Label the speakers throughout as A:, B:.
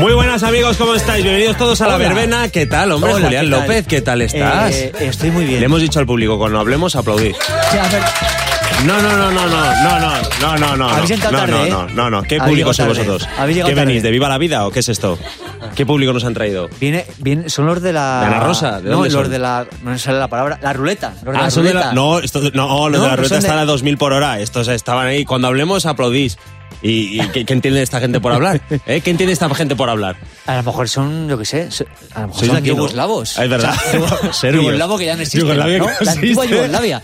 A: Buenas amigos, ¿cómo estáis? Bienvenidos todos a la
B: Hola.
A: verbena. ¿Qué tal, hombre?
B: Hola,
A: Julián
B: ¿qué tal?
A: López, ¿qué tal estás?
B: Eh, estoy muy bien.
A: Le hemos dicho al público, cuando hablemos, aplaudir.
B: Sí, a ver,
A: No, no, no, no, no, no, no, no, no, no.
B: Habéis
A: no,
B: entrado
A: no,
B: tarde, ¿eh?
A: no, no, no, ¿Qué
B: Habéis
A: público
B: llegado
A: sois
B: tarde.
A: vosotros?
B: Habéis llegado
A: ¿Qué
B: tarde.
A: venís? ¿De Viva la Vida o qué es esto? ¿Qué público nos han traído?
B: viene, viene- son los de la.
A: ¿De Ana Rosa? ¿De
B: no,
A: dónde
B: los
A: son? Ah,
B: de la. No me sale la palabra. La ruleta. Los Ah, de la
A: son de la-
B: ruleta.
A: No, esto, no, los
B: No,
A: de la
B: pues
A: ruleta
B: son de-
A: están a 2000 por hora. Estos estaban ahí. Cuando hablemos, aplaudís. ¿Y, y qué, qué entiende esta gente por hablar? ¿Eh? ¿Qué entiende esta gente por hablar?
B: A lo mejor son, yo qué sé. so- A lo mejor
A: Sois de
B: son
A: aquí, ¿no?
B: yugoslavos.
A: Ah, es verdad.
B: yugo-
A: Serbios.
B: yugoslavo que ya no existe.
A: Yugoslavia
B: ¿no?
A: que no
B: La antigua
A: existe.
B: Yugoslavia.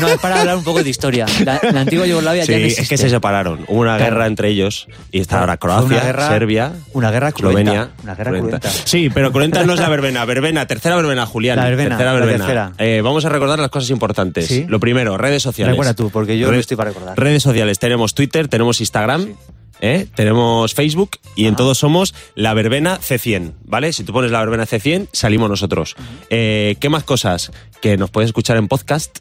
B: No, es para hablar un poco de historia. La, la antigua Yugoslavia
A: Sí,
B: ya no existe.
A: es que se separaron. Hubo una
B: Claro.
A: guerra entre ellos y está ahora
B: Fue una
A: Croacia,
B: guerra-
A: Serbia,
B: una guerra cruenta,
A: Eslovenia.
B: una guerra cruenta.
A: Sí, pero cruenta no es la verbena. Verbena, tercera verbena, Julián.
B: La verbena,
A: tercera
B: la
A: verbena.
B: tercera.
A: Eh, vamos a recordar las cosas importantes.
B: Sí.
A: Lo primero, redes sociales.
B: Recuerda tú, porque yo
A: Red-
B: no estoy para recordar.
A: Redes sociales. Tenemos Twitter, tenemos Instagram. ¿eh? Tenemos Facebook y en todos somos la verbena C100, ¿vale? Si tú pones la verbena C100, salimos nosotros. Eh, ¿Qué más cosas? Que nos puedes escuchar en podcast.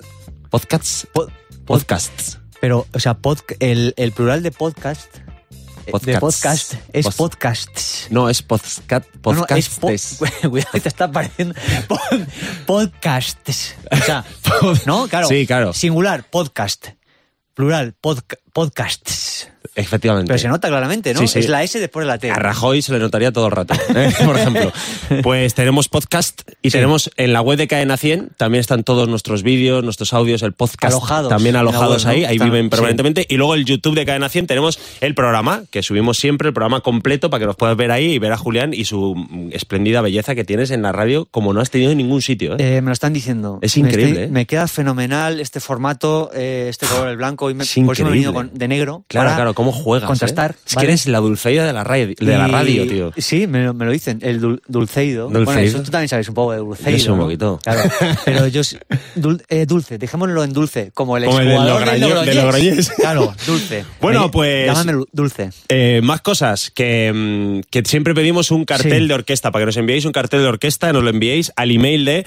A: Podcasts.
B: Po-
A: Podcasts.
B: Pero, o sea, podc- el, el plural de podcast. eh, De
A: Podcasts.
B: podcast es
A: Pod-
B: podcasts.
A: No, es podcast.
B: No, no, es
A: Podcasts.
B: po- Cuidado que te está pareciendo. pod- podcasts. O sea, ¿no? Claro.
A: Sí, claro.
B: Singular, podcast. Plural, podca- podcasts.
A: Efectivamente.
B: Pero se nota claramente, ¿no?
A: Sí, sí.
B: Es la S después de la T.
A: A Rajoy se le notaría todo el rato, ¿eh? por ejemplo. Pues tenemos podcast y tenemos en la web de Cadena 100, también están todos nuestros vídeos, nuestros audios, el podcast
B: Alojados
A: también
B: en la
A: alojados
B: web,
A: ahí,
B: ¿no?
A: ahí
B: Están-
A: viven
B: sí.
A: permanentemente. Y luego el YouTube de Cadena 100 tenemos el programa, que subimos siempre, el programa completo para que nos puedas ver ahí y ver a Julián y su mm, espléndida belleza que tienes en la radio como no has tenido en ningún sitio. ¿eh?
B: Eh, me lo están diciendo.
A: Es
B: Me
A: increíble,
B: estoy- Me,
A: ¿eh?
B: queda fenomenal este formato, eh, este color, el blanco. Y me,
A: Es
B: por eso me he venido
A: increíble.
B: con- de negro.
A: Claro,
B: para
A: claro, ¿cómo juegas?
B: Contrastar.
A: eh? Es
B: ¿vale?
A: que eres la dulceida de la radio, de la
B: Y-
A: radio tío.
B: Sí, me, lo- me lo dicen, el dul- dulceido. Bueno,
A: Dulceido.
B: eso tú también sabes un poco de dulceido.
A: Yo sé un
B: ¿no?
A: poquito.
B: Claro, pero yo. s- dul- eh, dulce, dejémoslo en dulce, como el
A: Como el del
B: exjugador del
A: Logroño- del Logroñés.
B: Claro, dulce.
A: Bueno,
B: Me-
A: pues-
B: Llámame lu- dulce.
A: Eh, más cosas, que, mm, que siempre pedimos un cartel
B: Sí.
A: de orquesta, para que nos enviéis un cartel de orquesta, nos lo enviéis al email de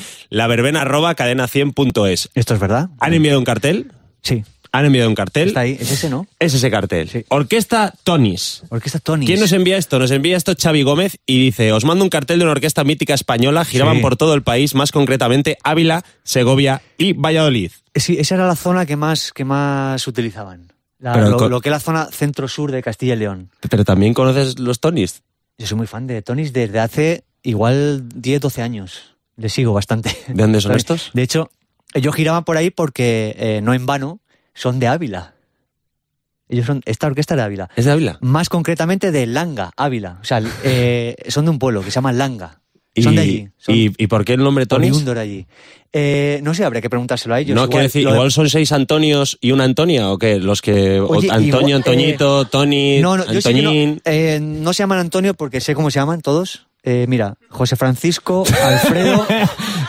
A: laverbena.cadena100.es.
B: ¿Esto es verdad?
A: ¿Han enviado un cartel?
B: Sí.
A: ¿Han enviado un cartel?
B: Está ahí, es ese, ¿no?
A: Es ese cartel.
B: Sí.
A: Orquesta Tonis.
B: Orquesta Tony.
A: ¿Quién nos envía esto? Nos envía esto Xavi Gómez y dice, os mando un cartel de una orquesta mítica española, giraban
B: Sí.
A: por todo el país, más concretamente Ávila, Segovia y Valladolid.
B: Sí, esa era la zona que más, que más utilizaban. La-
A: Pero
B: lo,
A: con-
B: lo que es la zona centro-sur de Castilla y León.
A: Pero también conoces los Tonis.
B: Yo soy muy fan de Tonys desde hace igual 10, 12 años. Le sigo bastante.
A: ¿De dónde son
B: Tony.
A: estos?
B: De hecho, ellos giraban por ahí porque, eh, no en vano, son de Ávila. Ellos son, esta orquesta era de Ávila.
A: Es de Ávila.
B: Más concretamente de Langa, Ávila. O sea, eh, son de un pueblo que se llama Langa. Son
A: ¿Y-
B: de allí. Son
A: ¿Y, y por qué el nombre Tonis?
B: oriundo de allí. Eh, no sé, habría que preguntárselo a ellos.
A: No,
B: Igual
A: quiero decir,
B: lo de-
A: igual son seis Antonios y una Antonia, ¿o qué? Los que... o
B: Oye,
A: Antonio,
B: igual- eh,
A: Antoñito, Tony,
B: No, no, yo sé que no,
A: Antoñín...
B: eh, no se llaman Antonio porque sé cómo se llaman todos. Eh, mira, José Francisco, Alfredo.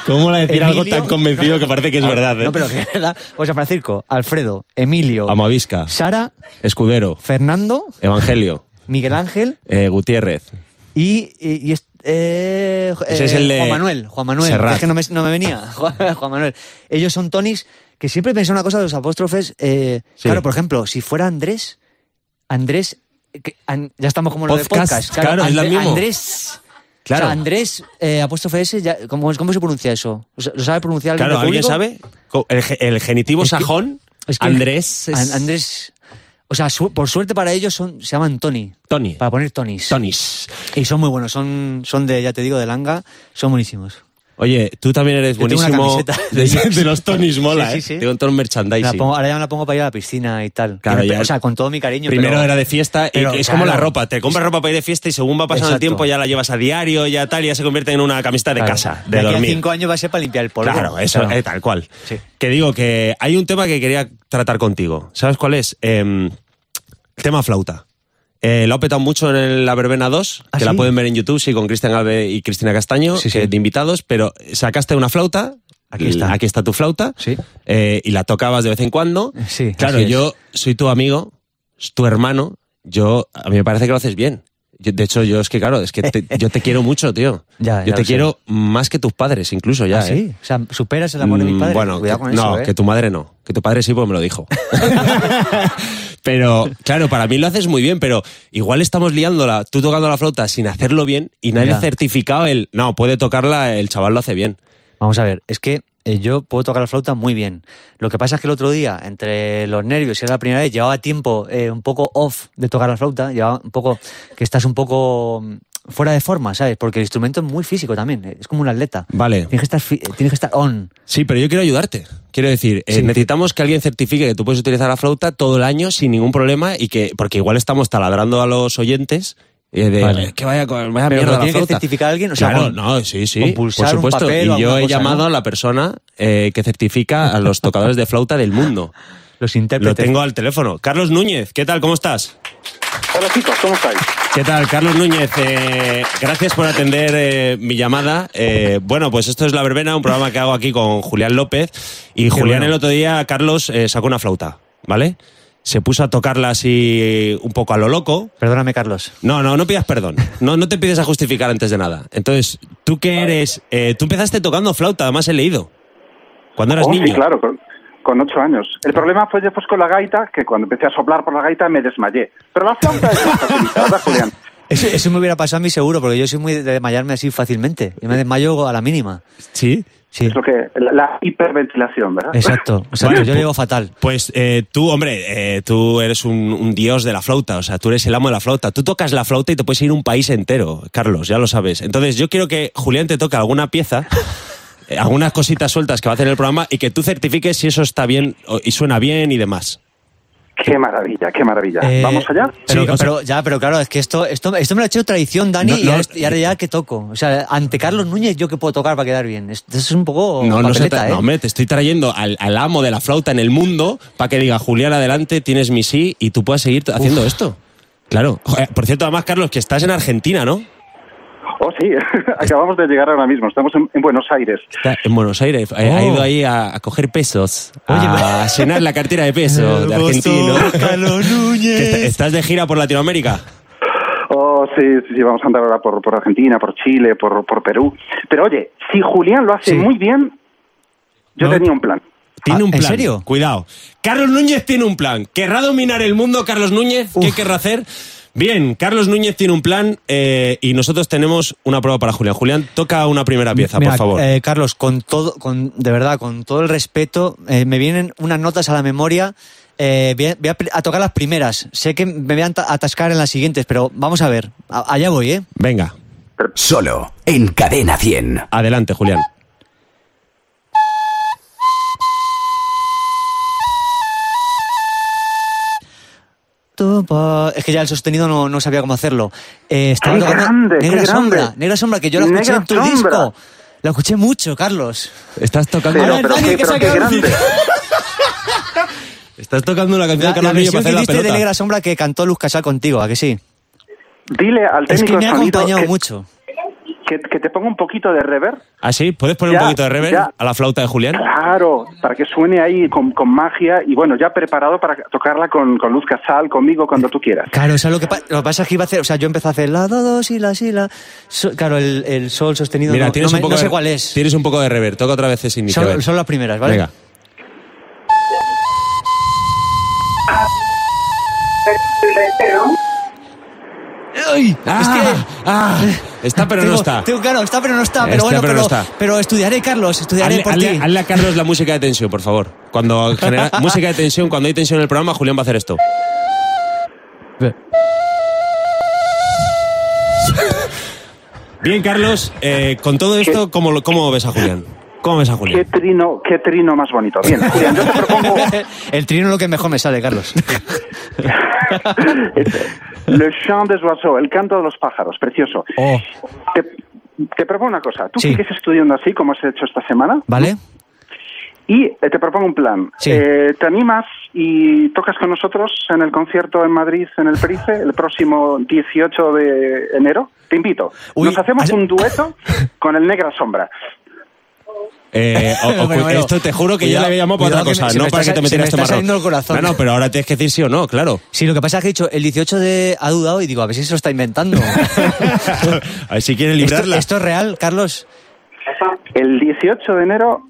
A: ¿Cómo la
B: decir algo Emilio- tan
A: convencido que parece que es verdad, eh?
B: No, pero que es verdad. José Francisco, Alfredo, Emilio,
A: Amavisca,
B: Sara,
A: Escudero,
B: Fernando,
A: Evangelio,
B: Miguel Ángel
A: eh, Gutiérrez.
B: y, y- y es- eh, jo-
A: Ese
B: eh,
A: es el de
B: Juan Manuel. Juan Manuel.
A: Serrat.
B: Es que no me, no me venía. Juan, Juan Manuel. Ellos son Tonis que siempre pensé una cosa de los apóstrofes. eh,
A: Sí.
B: Claro, por ejemplo, si fuera Andrés, Andrés, que- an- ya estamos como lo de
A: Podcast,
B: podcast.
A: claro, es lo
B: Andre-
A: mismo.
B: Andrés.
A: Claro.
B: O sea, Andrés, eh, apóstrofe S, ya- ¿cómo, cómo se pronuncia eso? ¿Lo sa- ¿Lo sabe pronunciar
A: Claro,
B: del
A: ¿alguien
B: público?
A: sabe? Co- El, ge- el genitivo
B: Es que-
A: sajón,
B: es que-
A: Andrés, es
B: An- Andrés. O sea, su- por suerte para ellos son, se llaman Tony.
A: Tony,
B: Para poner Tonis.
A: Tonis.
B: Y son muy buenos, son, son de, ya te digo, de Langa, son buenísimos.
A: Oye, tú también eres
B: Yo tengo una
A: buenísimo
B: camiseta de
A: de,
B: ellos.
A: de los Tonis, mola,
B: Sí,
A: ¿eh?
B: sí, sí.
A: Tengo todo el
B: Me la
A: merchandising.
B: pongo- ahora ya me la pongo para ir a la piscina y tal.
A: Claro,
B: Y me-
A: ya-
B: o sea, con todo mi cariño.
A: Primero
B: pero-
A: era de fiesta y
B: pero
A: es como la
B: claro.
A: ropa. Te compras ropa para ir de fiesta y según va pasando el
B: Exacto.
A: tiempo ya la llevas a diario, ya tal, ya se convierte en una camiseta de
B: Claro.
A: casa, de,
B: aquí a
A: dormir.
B: cinco años va a ser para limpiar el polvo.
A: Claro, eso
B: Claro.
A: eh, tal cual.
B: Sí.
A: Que digo que hay un tema que quería tratar contigo. ¿Sabes cuál es? Em, el tema flauta. Eh, lo ha petado mucho en el La Verbena 2,
B: ¿Ah,
A: que la
B: sí?
A: pueden ver en YouTube, sí, con Cristian Albe y Cristina Castaño,
B: Sí, sí.
A: eh, de invitados, pero sacaste una flauta.
B: Aquí está.
A: Aquí está tu flauta.
B: Sí.
A: eh, y la tocabas de vez en cuando.
B: Sí,
A: Claro,
B: así es.
A: yo soy tu amigo, tu hermano. Yo, a mí me parece que lo haces bien. Yo- de hecho, yo es que, claro, es que te- yo te quiero mucho, tío.
B: Ya, ya
A: yo
B: lo
A: te
B: sé.
A: quiero más que tus padres, incluso ya.
B: Ah,
A: ¿eh?
B: sí. O sea, superas el amor de mis
A: Mm,
B: padres.
A: Bueno,
B: Cuidado
A: que-
B: con
A: no,
B: eso, ¿eh?
A: que tu madre no. Que tu padre sí, pues me lo dijo. pero, claro, para mí lo haces muy bien, pero igual estamos liándola, tú tocando la flauta sin hacerlo bien y nadie
B: Ya.
A: ha certificado el. No, puede tocarla, el chaval lo hace bien.
B: Vamos a ver, es que eh, yo puedo tocar la flauta muy bien. Lo que pasa es que el otro día, entre los nervios y era la primera vez, llevaba tiempo eh, un poco off de tocar la flauta, llevaba un poco que estás un poco mm, fuera de forma, ¿sabes? Porque el instrumento es muy físico también, eh, es como un atleta.
A: Vale.
B: Tienes que estar, fi- eh, tienes que estar on.
A: Sí, pero yo quiero ayudarte. Quiero decir, eh,
B: Sí.
A: necesitamos que alguien certifique que tú puedes utilizar la flauta todo el año sin ningún problema y que. Porque igual estamos taladrando a los oyentes. eh, de,
B: Vale.
A: que vaya, con- vaya
B: Pero
A: mierda
B: lo
A: la
B: tiene que
A: flauta".
B: certificar alguien, o sea,
A: claro,
B: con-
A: no, sí, sí,
B: con pulsar
A: por
B: un
A: supuesto.
B: papel o
A: y yo
B: alguna
A: he
B: cosa,
A: llamado
B: ¿no?
A: a la persona eh, que certifica a los tocadores de flauta del mundo.
B: Los
A: Lo
B: intérpretes.
A: tengo al teléfono. Carlos Núñez, ¿qué tal? ¿Cómo estás?
C: Hola chicos, ¿cómo estáis?
A: ¿Qué tal, Carlos Núñez? eh, gracias por atender eh, mi llamada. Eh, bueno, pues esto es La Verbena, un programa que hago aquí con Julián López. Y Julián
B: bueno.
A: el otro día, Carlos, eh, sacó una flauta, ¿vale? Se puso a tocarla así un poco a lo loco.
B: Perdóname, Carlos.
A: No, no, no pidas perdón. No, no te pides a justificar antes de nada. Entonces, tú que eres... eh, tú empezaste tocando flauta, además he leído. Cuando eras
C: Oh,
A: niño.
C: Sí, claro, con, con ocho años. El problema fue después con la gaita, que cuando empecé a soplar por la gaita me desmayé. Pero la flauta es más facilita, ¿verdad, Julián?
B: Eso, eso me hubiera pasado a mí seguro, porque yo soy muy de desmayarme así fácilmente. Yo me desmayo a la mínima.
A: Sí.
B: Sí,
C: Es lo que, la, la hiperventilación, ¿verdad?
B: exacto. O sea,
A: Vale,
B: yo
A: pu-
B: llego fatal.
A: Pues eh, tú, hombre, eh, tú eres un, un dios de la flauta, o sea, tú eres el amo de la flauta. Tú tocas la flauta y te puedes ir un país entero, Carlos, ya lo sabes. Entonces yo quiero que Julián te toque alguna pieza, eh, algunas cositas sueltas que va a hacer el programa y que tú certifiques si eso está bien o- y suena bien y demás.
C: Qué maravilla, qué maravilla.
B: Eh,
C: ¿Vamos allá?
B: Pero,
A: Sí, o sea-
B: pero- ya, pero claro, es que esto, esto, esto me lo ha hecho tradición, Dani,
A: No,
B: y,
A: no,
B: ahora, y ahora ya que toco. O sea, ante Carlos Núñez, yo que puedo tocar para quedar bien. Esto es un poco.
A: No, no, se
B: papeleta,
A: tra-
B: ¿eh?
A: no, hombre, te estoy trayendo al, al amo de la flauta en el mundo para que diga, Julián, adelante, tienes mi sí y tú puedas seguir haciendo esto. Claro. Joder, Por cierto, además, Carlos, que estás en Argentina, ¿no?
C: Oh, sí, acabamos de llegar ahora mismo. Estamos en, en Buenos Aires.
A: Está en Buenos Aires. Ha- Ha
B: Oh.
A: ido ahí a, a coger pesos.
B: Oye,
A: a llenar la cartera de pesos de argentino.
B: Carlos
A: Que est-
B: Núñez.
A: ¿Estás de gira por Latinoamérica?
C: Oh, sí, sí, sí, vamos a andar ahora por, por Argentina, por Chile, por, por Perú. Pero oye, si Julián lo hace
B: Sí.
C: muy bien, yo
A: No.
C: tenía un plan.
A: Tiene
B: Ah,
A: un
B: ¿en
A: plan.
B: serio?
A: Cuidado. Carlos Núñez tiene un plan. ¿Querrá dominar el mundo Carlos Núñez? ¿Qué querrá hacer? Bien, Carlos Núñez tiene un plan eh, y nosotros tenemos una prueba para Julián. Julián, toca una primera pieza,
B: Mira,
A: por favor.
B: eh, Carlos, con todo, con, de verdad, con todo el respeto, eh, me vienen unas notas a la memoria. Eh, voy a, voy a pri- a tocar las primeras. Sé que me voy a anta- atascar en las siguientes, pero vamos a ver. A- allá voy, ¿eh?
A: Venga,
D: Solo en Cadena 100.
A: adelante, Julián.
B: Tupa. Es que ya el sostenido no, no sabía cómo hacerlo. Eh, estaba
C: ¡Qué
B: tocando
C: grande, qué
B: Negra
C: grande!
B: Sombra, Negra Sombra, que yo la escuché
C: ¡Negra
B: en tu
C: Sombra!
B: disco. La escuché mucho, Carlos.
A: Estás tocando.
C: Pero,
B: Ah,
C: pero,
B: Dani,
C: qué-
B: que se
C: pero
B: ha
C: qué
B: quedado
C: grande.
B: sin-
A: Estás tocando la canción de
B: La, la
A: Carlos Núñez para
B: versión que
A: hacer la
B: hiciste de
A: pelota.
B: Negra Sombra que cantó Luz Casal contigo, ¿a que sí?
C: Dile al
B: Es
C: técnico
B: que me ha
C: de sonido
B: acompañado
C: que-
B: mucho.
C: que, que te ponga un poquito de reverb
A: ¿Ah, sí? ¿Puedes poner
C: Ya,
A: un poquito de reverb
C: ya.
A: a la flauta de Julián?
C: Claro, para que suene ahí con, con magia y bueno, ya preparado para tocarla con, con Luz Casal, conmigo, cuando tú quieras.
B: Claro, o sea, lo que, pa- lo que pasa es que iba a hacer, o sea, yo empecé a hacer la, do, do, si, la, si, la. so- claro, el, el sol sostenido.
A: Mira,
B: no,
A: tienes
B: no
A: un
B: me-
A: poco
B: no sé
A: de-
B: cuál es.
A: Tienes un poco de rever. Toca otra vez sin
B: Son,
A: reverb.
B: son las primeras, ¿vale?
A: Venga.
B: ¡Ay!
A: Ah,
B: es que.
A: ah, está pero no
B: tengo-
A: está.
B: tengo- claro, está pero no está, pero
A: Está,
B: bueno,
A: pero
B: pero,
A: no
B: pero,
A: está.
B: estudiaré, Carlos, estudiaré
A: Hazle,
B: por
A: hazle-
B: ti.
A: hazle a Carlos la música de tensión, por favor. Cuando genera música de tensión, cuando hay tensión en el programa, Julián va a hacer esto. Bien, Carlos, eh, con todo esto, ¿cómo, lo- ¿cómo ves a Julián? ¿Cómo ves a
C: Qué
A: Julián?
C: trino, qué trino más bonito. Bien, Julián, yo te propongo
B: el trino es lo que mejor me sale, Carlos.
C: Le Chant des Oiseaux, el canto de los pájaros, precioso.
B: Oh,
C: Te, te propongo una cosa, tú
B: Sí.
C: sigues estudiando así como has hecho esta semana
B: ¿Vale?
C: y eh, te propongo un plan.
B: Sí.
C: Eh, ¿Te animas y tocas con nosotros en el concierto en Madrid, en el Price, el próximo 18 de enero? Te invito.
B: Uy,
C: Nos hacemos
B: has-
C: un dueto con el Negra Sombra.
A: Eh, o- o-
B: Bueno, bueno.
A: esto te juro que
B: Cuidado,
A: ya le había llamado para otra
B: cuidado que
A: cosa,
B: me- se
A: no
B: me
A: para que
B: está
A: te
B: sa- se me
A: metieras este
B: está
A: marrón.
B: saliendo el corazón.
A: No, no, pero ahora tienes que decir sí o no, claro.
B: Sí, lo que pasa es que he dicho, el 18 de ha dudado y digo, a ver si se lo está inventando.
A: A ver si quieres
B: ¿Esto,
A: librarla.
B: esto es real, Carlos?
C: El 18 de enero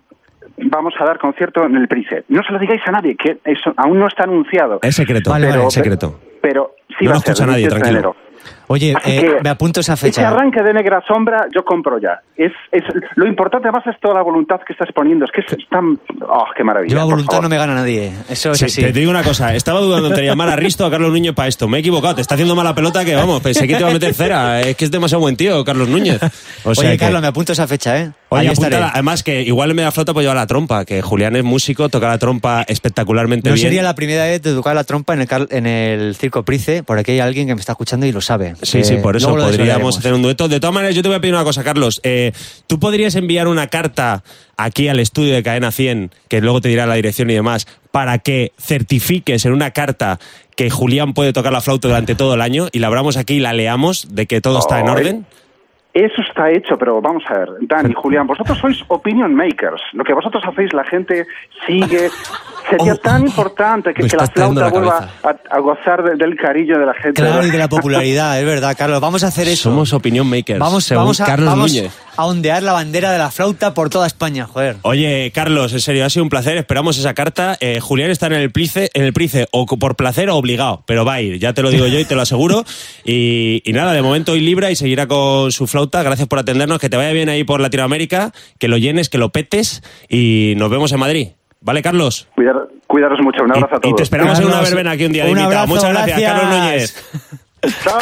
C: vamos a dar concierto en el Princet. No se lo digáis a nadie, que eso aún no está anunciado.
A: Es secreto,
B: Vale, vale,
A: es secreto.
C: Pero sí
A: No
C: va
A: lo
C: a ser
A: escucha
C: el
A: nadie,
C: 18 de
A: tranquilo.
C: enero.
B: Oye,
C: Así
B: eh,
C: que
B: me apunto esa
C: Ese
B: fecha.
C: arranque de negra sombra yo compro ya. Es, es lo importante además es toda la voluntad que estás poniendo. Es que es tan oh qué maravilla.
B: Yo a
C: por
B: voluntad
C: favor.
B: no me gana nadie. eh. Eso es
A: Sí,
B: así.
A: Te digo una cosa, estaba dudando entre llamar a Risto o a Carlos Núñez para esto. Me he equivocado, te está haciendo mala pelota que vamos, pensé que te iba a meter cera. Es que es demasiado buen tío, Carlos Núñez. O sea
B: Oye,
A: que-
B: Carlos, me apunto esa fecha, ¿eh?
A: Oye,
B: Ahí
A: apúntala.
B: estaré.
A: además que igual me da flota por llevar la trompa, que Julián es músico, toca la trompa espectacularmente
B: No
A: bien.
B: sería la primera vez de tocar la trompa en el, car- en el circo Price, por aquí hay alguien que me está escuchando y lo sabe.
A: Sí,
B: Eh,
A: sí, por eso
B: luego lo
A: podríamos
B: desvelaremos.
A: hacer un dueto. De todas maneras, yo te voy a pedir una cosa, Carlos. Eh, Tú podrías enviar una carta aquí al estudio de Cadena 100, que luego te dirá la dirección y demás, para que certifiques en una carta que Julián puede tocar la flauta durante todo el año y la abramos aquí y la leamos de que todo está en
C: Ay.
A: orden.
C: Eso está hecho, pero vamos a ver, Dani, Julián, vosotros sois opinion makers. Lo que vosotros hacéis, la gente sigue. Sería
A: Oh,
C: tan importante que,
A: me
C: que la
A: estás trayendo
C: flauta
A: la
C: vuelva a, a gozar de- del cariño de la gente.
B: Claro, y de la popularidad, es verdad, Carlos. Vamos a hacer eso.
A: Somos opinion makers,
B: vamos,
A: según
B: vamos a,
A: Carlos
B: vamos
A: Núñez.
B: a ondear la bandera de la flauta por toda España, joder.
A: Oye, Carlos, en serio, ha sido un placer. Esperamos esa carta. Eh, Julián está en el Price, en el Price o co- por placer o obligado, pero va a ir. Ya te lo digo yo y te lo aseguro. Y, y nada, de momento hoy libra y seguirá con su flauta. Gracias por atendernos. Que te vaya bien ahí por Latinoamérica, que lo llenes, que lo petes y nos vemos en Madrid. ¿Vale, Carlos?
C: Cuidar- cuidaros mucho. Un
A: Y,
C: abrazo a
A: y
C: todos.
A: te esperamos en una
B: Carlos,
A: verbena aquí un día de
B: un
A: invitado.
B: abrazo,
A: Muchas gracias,
B: gracias.
A: Carlos Núñez.
C: Chao.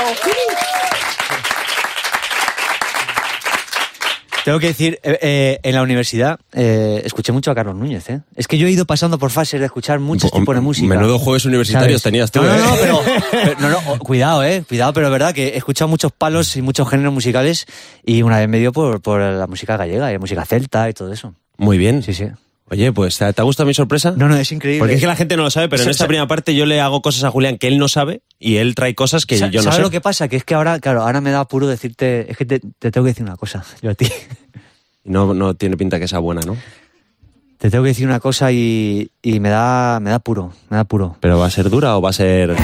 B: Tengo que decir, eh, eh, en la universidad eh, escuché mucho a Carlos Núñez. ¿eh? Es que yo he ido pasando por fases de escuchar muchos tipos de música.
A: Menudo jueves universitarios tenías
B: ¿Sabes?
A: tú.
B: No, no,
A: ¿eh?
B: no, pero, pero- no, no, o- cuidado, eh, cuidado, pero es verdad que he escuchado muchos palos y muchos géneros musicales y una vez me dio por, por la música gallega y la música celta y todo eso.
A: Muy bien.
B: Sí, sí.
A: Oye, pues, ¿te ha gustado mi sorpresa?
B: No, no, es increíble.
A: Porque es que la gente no lo sabe, pero en
B: Sa-
A: esta
B: sa-
A: primera parte yo le hago cosas a Julián que él no sabe y él trae cosas que
B: Sa-
A: yo no
B: ¿Sabes
A: sé.
B: lo que pasa? Que es que ahora, claro, ahora me da apuro decirte, es que te, te tengo que decir una cosa, yo a ti.
A: No, no tiene pinta que sea buena, ¿no?
B: Te tengo que decir una cosa y, y me da, me da apuro, me da apuro.
A: Pero va a ser dura o va a ser.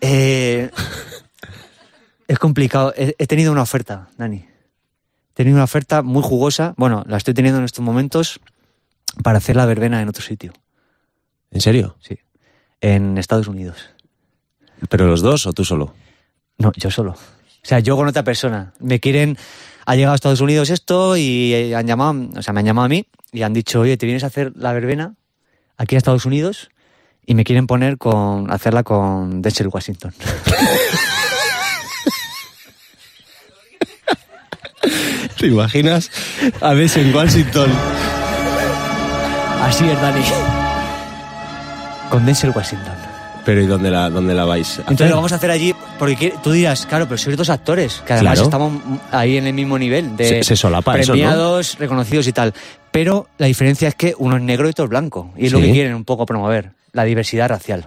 B: Eh, es complicado. He, he tenido una oferta, Dani. He tenido una oferta muy jugosa. Bueno, la estoy teniendo en estos momentos para hacer la verbena en otro sitio,
A: ¿En serio?
B: sí. En Estados Unidos.
A: ¿Pero los dos o tú solo?
B: No, yo solo. O sea, yo con otra persona. Me quieren... Ha llegado a Estados Unidos esto y eh, han llamado, o sea, me han llamado a mí y han dicho, oye, te vienes a hacer la verbena aquí a Estados Unidos y me quieren poner con hacerla con Denzel Washington.
A: ¿Te imaginas a veces en Washington?
B: Así es, Dani. Con Denzel Washington.
A: Pero ¿y dónde la, dónde la vais? a hacer?
B: Entonces lo vamos a hacer allí, porque qui- tú dirás, claro, pero sois dos actores, que además
A: Claro.
B: estamos mm, ahí en el mismo nivel, de
A: Se- se solapa eso, ¿no?
B: premiados, reconocidos y tal. Pero la diferencia es que uno es negro y otro es blanco, y es lo
A: Sí.
B: que quieren un poco promover, la diversidad racial.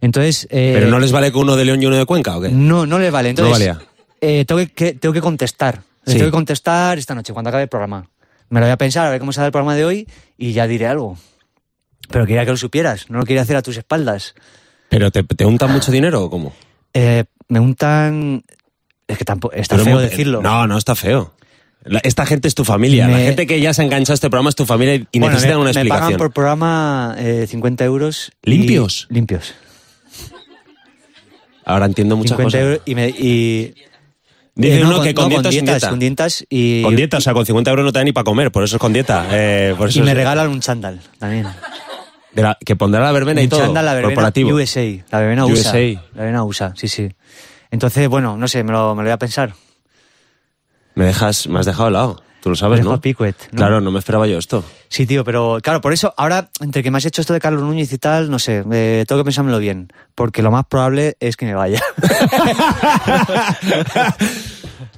B: Entonces... eh,
A: ¿Pero no les vale con uno de León y uno de Cuenca o qué?
B: No, no le vale. Entonces,
A: valía.
B: eh, tengo, que- que, tengo que contestar. Les
A: Sí.
B: Tengo que contestar esta noche, cuando acabe el programa. Me lo voy a pensar, a ver cómo sale el programa de hoy y ya diré algo. Pero quería que lo supieras, no lo quería hacer a tus espaldas.
A: ¿Pero te, te untan mucho dinero o cómo?
B: Eh, me untan... Es que tampoco... Está
A: Pero
B: feo
A: muy-
B: decirlo.
A: No, no está feo. La- esta gente es tu familia. La
B: Me-
A: gente que ya se ha enganchado a este programa es tu familia y- y
B: Bueno,
A: necesitan
B: me,
A: una
B: me
A: explicación.
B: pagan por programa eh, 50 euros. y-
A: ¿Limpios?
B: limpios.
A: Ahora entiendo muchas
B: 50
A: cosas.
B: euros y... Me, y
A: Dice
B: eh, no,
A: uno que con,
B: no,
A: dietas,
B: dietas, con dietas y...
A: Con dieta, o sea, con 50 euros no te dan ni para comer, por eso es con dieta. eh, por eso
B: Y me
A: es-
B: regalan un chándal también.
A: de la- que pondrá la verbena y
B: un
A: todo.
B: chándal, la verbena
A: corporativo.
B: USA. La verbena USA.
A: USA.
B: La verbena USA, sí, sí. Entonces, bueno, no sé, me lo, me lo voy a pensar.
A: Me dejas, me has dejado al lado. Tú lo sabes,
B: Me dejo
A: ¿no?
B: a picuet, ¿no?
A: Claro, no me esperaba yo esto.
B: Sí, tío, pero claro, por eso, ahora, entre que me has hecho esto de Carlos Núñez y tal, no sé, eh, tengo que pensármelo bien, porque lo más probable es que me vaya.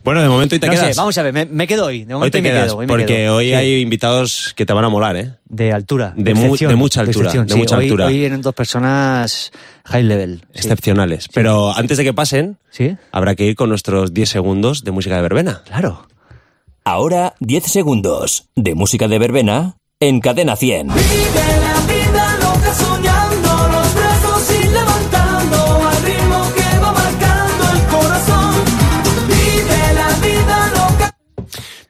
A: Bueno, de momento y te
B: no
A: quedas.
B: sé, vamos a ver, me, me quedo hoy. De
A: hoy
B: momento
A: te
B: me
A: quedas,
B: quedo. Hoy me
A: porque
B: quedo.
A: hoy
B: Sí.
A: hay invitados que te van a molar, ¿eh?
B: De altura.
A: De mu-
B: excepción,
A: de mucha altura,
B: excepción,
A: de
B: sí.
A: mucha
B: Hoy-
A: altura.
B: Hoy vienen dos personas high level. sí.
A: Excepcionales. Pero antes de que pasen,
B: ¿Sí?
A: habrá que ir con nuestros 10 segundos de música de verbena.
B: Claro.
E: Ahora 10 segundos de música de verbena en cadena 100.
F: Vive la vida loca soñando, los brazos y levantando al ritmo que va marcando el corazón. Vive la vida loca.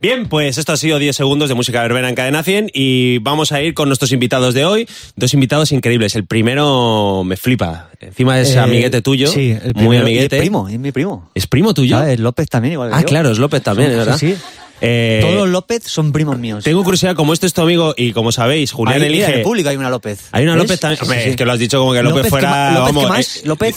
A: Bien, pues esto ha sido 10 segundos de música verbena en Cadena 100 y vamos a ir con nuestros invitados de hoy. Dos invitados increíbles. El primero me flipa. Encima es
B: Eh,
A: amiguete tuyo.
B: Sí,
A: muy
B: el primero- y
A: amiguete.
B: Es primo, es mi primo.
A: ¿Es primo tuyo?
B: Ah, es López también, igual que
A: Ah,
B: yo.
A: claro, es López también,
B: Sí,
A: es ¿verdad?
B: sí.
A: Eh,
B: Todos los López son primos míos.
A: Tengo curiosidad, como este es tu amigo y como sabéis,
B: Ahí,
A: Julián
B: mira, en
A: elige.
B: el público hay una López.
A: Hay una
B: ¿Ves?
A: López también.
B: Sí,
A: Hombre,
B: sí, sí.
A: Es que lo has dicho como que López,
B: ¿qué
A: fuera.
B: ma- López, ¿qué
A: vamos,
B: más?
A: eh,
B: López.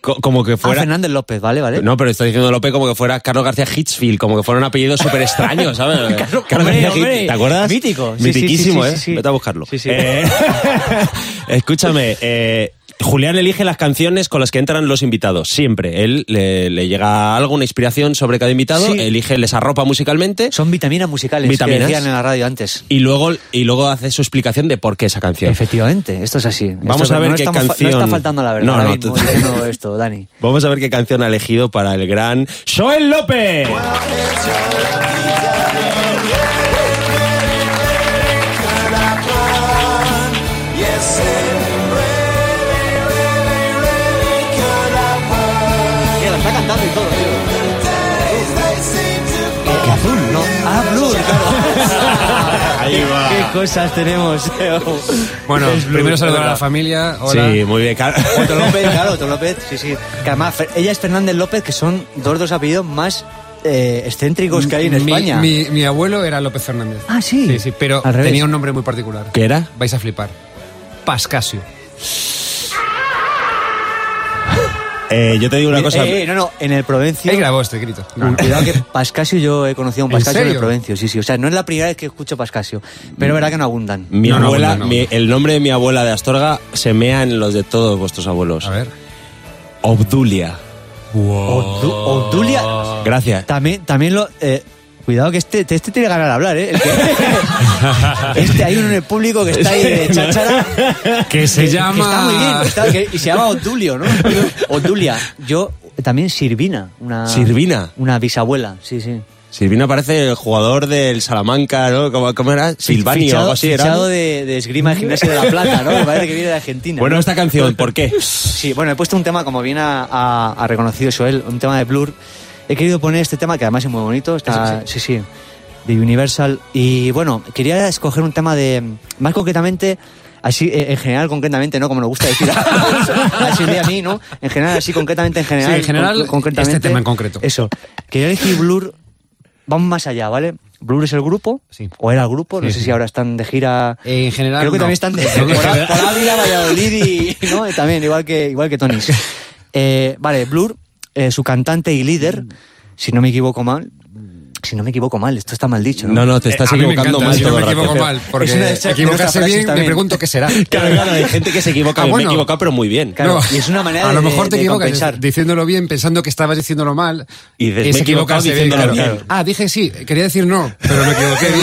A: co- como que
B: Ah,
A: fuera.
B: Fernández López, ¿vale? ¿Vale?
A: No, pero estoy diciendo López como que fuera Carlos García Hitchfield, como que fuera un apellido súper extraño, ¿sabes?
B: Carlos- hombre,
A: Hitch-
B: hombre.
A: ¿Te acuerdas?
B: Mítico. Sí, sí, sí,
A: Mitiquísimo,
B: sí,
A: ¿eh?
B: sí, sí.
A: Vete a buscarlo.
B: Sí, sí.
A: Eh, escúchame, eh, Julián elige las canciones con las que entran los invitados, siempre. Él le, le llega algo, una inspiración sobre cada invitado,
B: Sí.
A: elige, les arropa musicalmente
B: Son vitaminas musicales
A: Vitaminas.
B: que decían en la radio antes.
A: y luego, y luego hace su explicación de por qué esa canción.
B: Efectivamente, esto es así.
A: Vamos
B: Esto-
A: a ver
B: no
A: qué
B: estamos fa-
A: canción-
B: No está faltando a la verdad.
A: No,
B: ahora
A: no,
B: mismo,
A: tú-
B: diciendo esto, Dani.
A: Vamos a ver qué canción ha elegido para el gran Joel López.
B: la está cantando y todo, azul, ¿no? Ah, Blur,
A: Ahí va.
B: Qué cosas tenemos.
G: Bueno,
B: Es Blur,
G: primero
B: es
G: saludar a la
B: verdad.
G: familia. Hola.
A: Sí, muy bien. Car-
B: Otto López, claro, Otto López, sí, sí. Que además, Fer- ella es Fernández López, que son dos dos apellidos más eh, excéntricos que hay en
G: Mi-
B: España.
G: Mi, mi abuelo era López Fernández.
B: Ah, sí.
G: Sí, sí, pero
B: Al revés.
G: tenía un nombre muy particular.
A: ¿Qué era?
G: Vais a flipar. Pascasio.
A: Eh, yo te digo una
B: Eh,
A: cosa.
B: eh, eh, no, no, en el Provencio.
G: Él grabó este grito.
B: Ah. Cuidado que Pascasio yo he conocido a un
G: ¿En
B: Pascasio en, el
G: serio?
B: Provencio, sí, sí. O sea, no es la primera vez que escucho Pascasio, pero es verdad que no abundan.
A: Mi
G: No, no,
A: abuela,
G: no, no.
A: mi- el nombre de mi abuela de Astorga se mea en los de todos vuestros abuelos.
G: A ver.
A: Obdulia. Oh.
B: Obdu- Obdulia,
A: Gracias.
B: También, también lo. eh, cuidado que este, este tiene ganas de hablar, ¿eh? El que- este hay uno en el público que está ahí de cháchara.
G: Que se
B: que está muy bien. que está- que- y se llama Otulio, ¿no? Otulia. Yo también Sirvina, una.
A: Sirvina.
B: Una bisabuela, sí, sí.
A: Silvina parece el jugador del Salamanca, ¿no? ¿Cómo, cómo era? Silvani o
B: Fichado-
A: algo así era.
B: fichado de, de esgrima de gimnasia de la plata, ¿no? Me parece que viene de Argentina.
A: Bueno,
B: ¿no?
A: esta canción, ¿por qué?
B: Sí, bueno, he puesto un tema, como bien ha, ha- ha reconocido Joel, un tema de Blur. He querido poner este tema, que además es muy bonito, está, sí, sí, de Universal. Y bueno, quería escoger un tema de, más concretamente, así, eh, en general, concretamente, ¿no? Como nos gusta decir, así un día a mí, ¿no? En general, así, concretamente, en general.
G: Sí, en general,
B: concretamente,
G: este tema en concreto.
B: Eso. Quería elegir Blur, vamos más allá, ¿vale? Blur es el grupo,
G: Sí.
B: o era el grupo, no
G: Sí,
B: sé
G: sí.
B: si ahora están de gira...
G: Eh, En general,
B: Creo que
G: no.
B: también están de,
G: Creo que
B: por,
G: en
B: Á-
G: general-
B: por Ávila, Valladolid y ¿no? Y también, igual que, igual que Tony. Eh, vale, Blur, eh, su cantante y líder,
G: Mm.
B: si no me equivoco mal, si no me equivoko mal, esto está mal dicho, ¿no?
A: No, no, te estás
G: Eh, a mí me
A: equivocando
G: encanta,
A: mal
G: si no
A: todo
G: me
A: el rato.
G: equivoco mal,
B: Es una de
G: porque
B: esas- de
G: equivocarse
B: esas frases
G: bien, me
B: también.
G: pregunto qué será.
A: Claro, claro, hay gente que se equivoca.
G: Ah,
A: yo
G: bueno.
A: Me he equivocado, pero muy bien.
B: Claro, y es una manera
G: a lo
B: de-
G: mejor te
B: de
G: equivocas
B: compensar.
G: diciéndolo bien, pensando que estabas diciéndolo mal.
A: Y dices,
G: es
A: me he equivocado
G: equivocarse
A: diciéndolo
G: claro.
A: bien.
G: Ah, dije sí, quería decir no, pero me equivoqué bien.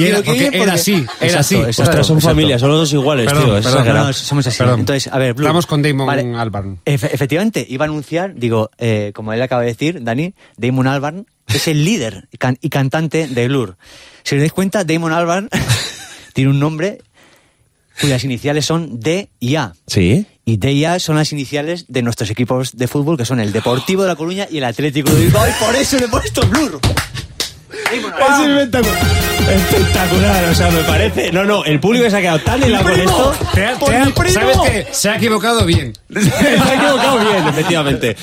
B: Me
G: era,
B: equivoqué
G: porque
B: bien
G: era
B: porque-
G: así, era
B: Exacto,
G: así.
B: exacto.
A: Ostras, son familias, son los dos iguales,
G: Perdón,
A: tío. es
G: perdón,
A: sagrado.
B: No, somos así.
G: Perdón.
B: Entonces, a ver, Blur.
G: Estamos con Damon Albarn.
B: Efe- efectivamente, iba a anunciar, digo, eh, como él acaba de decir, Dani, Damon Albarn es el líder y can- y cantante de Blur. Si os dais cuenta, Damon Albarn tiene un nombre cuyas iniciales son D y A.
A: ¿Sí?
B: Y de ella son las iniciales de nuestros equipos de fútbol, que son el Deportivo de La Coruña y el Atlético de Bilbao. Y por eso le he puesto Blur.
A: Es espectacular. Espectacular, o sea, me parece. No, no, el público se ha quedado tan helado con esto.
G: Te ha- te ha- ¿Sabes qué? Se ha equivocado bien.
A: se ha equivocado bien, efectivamente.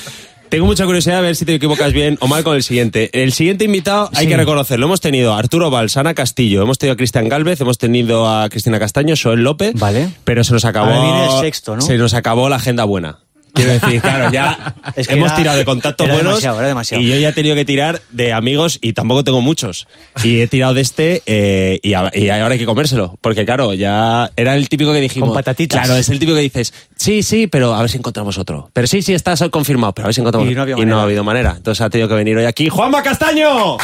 A: Tengo mucha curiosidad a ver si te equivocas bien o mal con el siguiente. El siguiente invitado hay que reconocerlo. Hemos tenido a Arturo Balsana Castillo, hemos tenido a Cristian Galvez, hemos tenido a Cristina Castaño, Joel López.
B: Vale.
A: Pero se nos acabó.
B: Ahora viene el sexto, ¿no?
A: Se nos acabó la agenda buena. Quiero decir, claro, ya
B: Es que
A: hemos
B: era-
A: tirado de contactos
B: era
A: buenos
B: demasiado, era demasiado.
A: y yo ya he tenido que tirar de amigos y tampoco tengo muchos. Y he tirado de este eh, y, a- y ahora hay que comérselo. Porque claro, ya era el típico que dijimos...
B: Con patatitas.
A: Claro, es el típico que dices, sí, sí, pero a ver si encontramos otro. Pero sí, sí, está confirmado, pero a ver si encontramos
B: Y no había
A: otro. y no
B: manera.
A: ha habido manera. Entonces ha tenido que venir hoy aquí Juanma Castaño.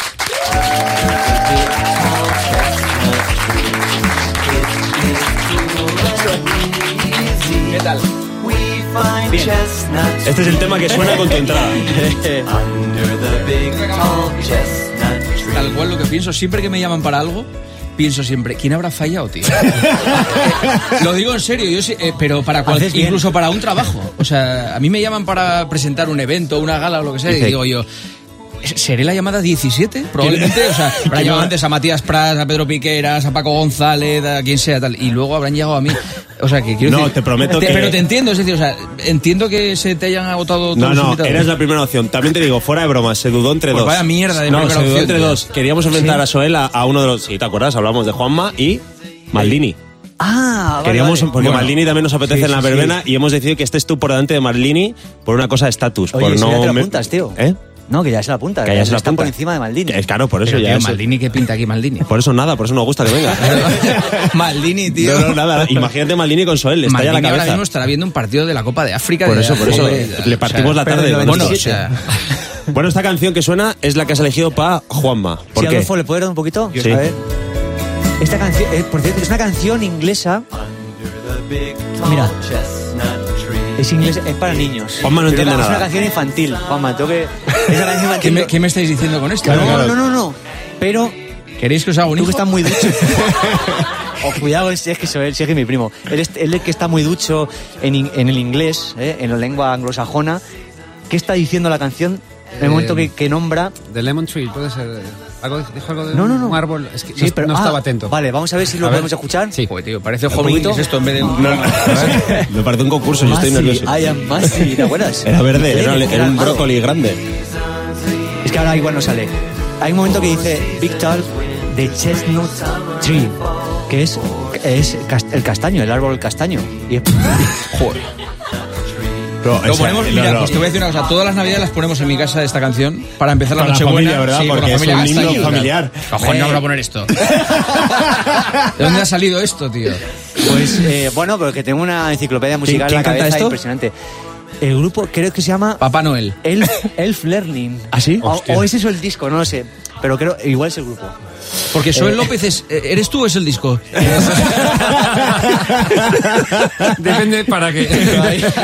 A: Este es el tema que suena con tu entrada.
F: Under the big tall chestnut tree.
H: igual lo que pienso, siempre que me llaman para algo, pienso siempre, ¿quién habrá fallado, tío? lo digo en serio, yo sí, eh, pero para cual-
B: Haces bien.
H: incluso para un trabajo. O sea, a mí me llaman para presentar un evento, una gala o lo que sea, y
A: Dice-
H: digo yo. ¿Seré la llamada 17? Probablemente. O sea, habrán llamado antes a Matías Prats, a Pedro Piqueras, a Paco González, a quien sea, tal. Y luego habrán llegado a mí. O sea, que quiero
A: No,
H: decir-
A: te prometo que-
H: Pero te entiendo, es decir, o sea, entiendo que se te hayan agotado todos
A: No,
H: los
A: no,
H: invitados.
A: eres la primera opción. También te digo, fuera de broma, se dudó entre
H: Pues
A: dos.
H: vaya mierda de
A: No,
H: primera
A: se dudó
H: opción,
A: entre
H: tío.
A: dos. Queríamos enfrentar a Soel a, a uno de los. Sí, ¿te acuerdas? Hablamos de Juanma y Maldini.
B: Ah, vale,
A: Queríamos,
B: vale.
A: porque Maldini también nos apetece
H: Sí,
A: en la
H: sí, sí.
A: verbena y hemos decidido que estés tú por delante de Maldini por una cosa de estatus.
B: Oye,
A: por
B: si
A: no
B: ya te la
A: me-
B: apuntas, tío.
A: ¿Eh?
B: No, que ya se la apunta.
A: Que ya se la
B: está
A: apunta.
B: por encima de Maldini.
A: Es claro, por eso
H: Pero,
A: ya.
H: tío,
A: eso-
H: Maldini, ¿qué pinta aquí Maldini?
A: Por eso nada, por eso nos gusta que venga.
H: Maldini, tío.
A: no, no, nada. Imagínate Maldini con Soel, le estalla la
H: Maldini ahora
A: cabeza.
H: mismo estará viendo un partido de la Copa de África.
A: Por
H: de-
A: eso, por eso.
H: Joder,
A: Le
H: o
A: partimos
H: sea,
A: la tarde.
B: pero del
H: Bueno, o
B: 97.
H: sea,
A: Bueno, esta canción que suena es la que has elegido para Juanma.
B: Si
A: ¿Por qué?
B: Adolfo le puede dar un poquito.
A: Sí.
B: A ver. Esta canción, eh, por cierto, es una canción inglesa. Mira, es inglés, es para niños.
A: Juanma no
B: Pero
A: entiende
B: Es
A: nada.
B: una canción infantil. Juanma, tengo que. Es una canción
H: ¿qué,
B: infantil.
H: me, qué me estáis diciendo con esto?
B: No, no, no, no. Pero
H: ¿Queréis que os haga un
B: tú que
H: hijo?
B: estás muy ducho. O cuidado, es, es que soy él, si es que es mi primo. Él es, él es que está muy ducho en, in- en el inglés, eh, en la lengua anglosajona. ¿Qué está diciendo la canción en el momento que, que nombra
G: The Lemon Tree, puede ser. eh, ¿Algo, ¿Dijo algo de
B: No, no, no.
G: un árbol? Es que
B: Sí,
G: no,
B: pero-
G: no
B: ah,
G: estaba atento.
B: Vale, vamos a ver si lo
G: A ver.
B: podemos escuchar.
G: Sí.
H: Joder, tío, parece
B: Un
H: Home
B: poquito.
H: Wings esto en vez de... un-
A: Me parece un concurso, yo estoy
B: Masi,
A: nervioso.
B: I am Masi, ¿te acuerdas?
A: Era verde, era,
B: Era
A: era un
B: malo.
A: brócoli grande.
B: Es que ahora igual no sale. Hay un momento que dice Big Tall de Chestnut Tree, que es, es cas- el castaño, el árbol castaño. Y es-
H: Joder.
A: No,
H: Lo
A: o sea,
H: ponemos,
A: no,
H: mira,
A: no.
H: pues te voy a decir una cosa, todas las navidades las ponemos en mi casa esta canción para empezar la
A: Con la
H: noche
A: familia,
H: buena.
A: ¿verdad? Porque es un himno familiar.
H: Cojón, no habrá poner esto. ¿De dónde ha salido esto, tío?
B: pues eh, bueno, porque tengo una enciclopedia musical en
A: quién
B: la
A: canta
B: cabeza
A: esto?
B: impresionante. El grupo creo que se llama
H: Papá Noel.
B: Elf, Elf Learning.
A: ¿Ah, sí?
B: O,
A: Hostia.
B: o es eso el disco, no lo sé. Pero creo, igual es el grupo.
H: Porque Soel López es... eh, ¿Eres tú o es el disco?
G: Depende para qué.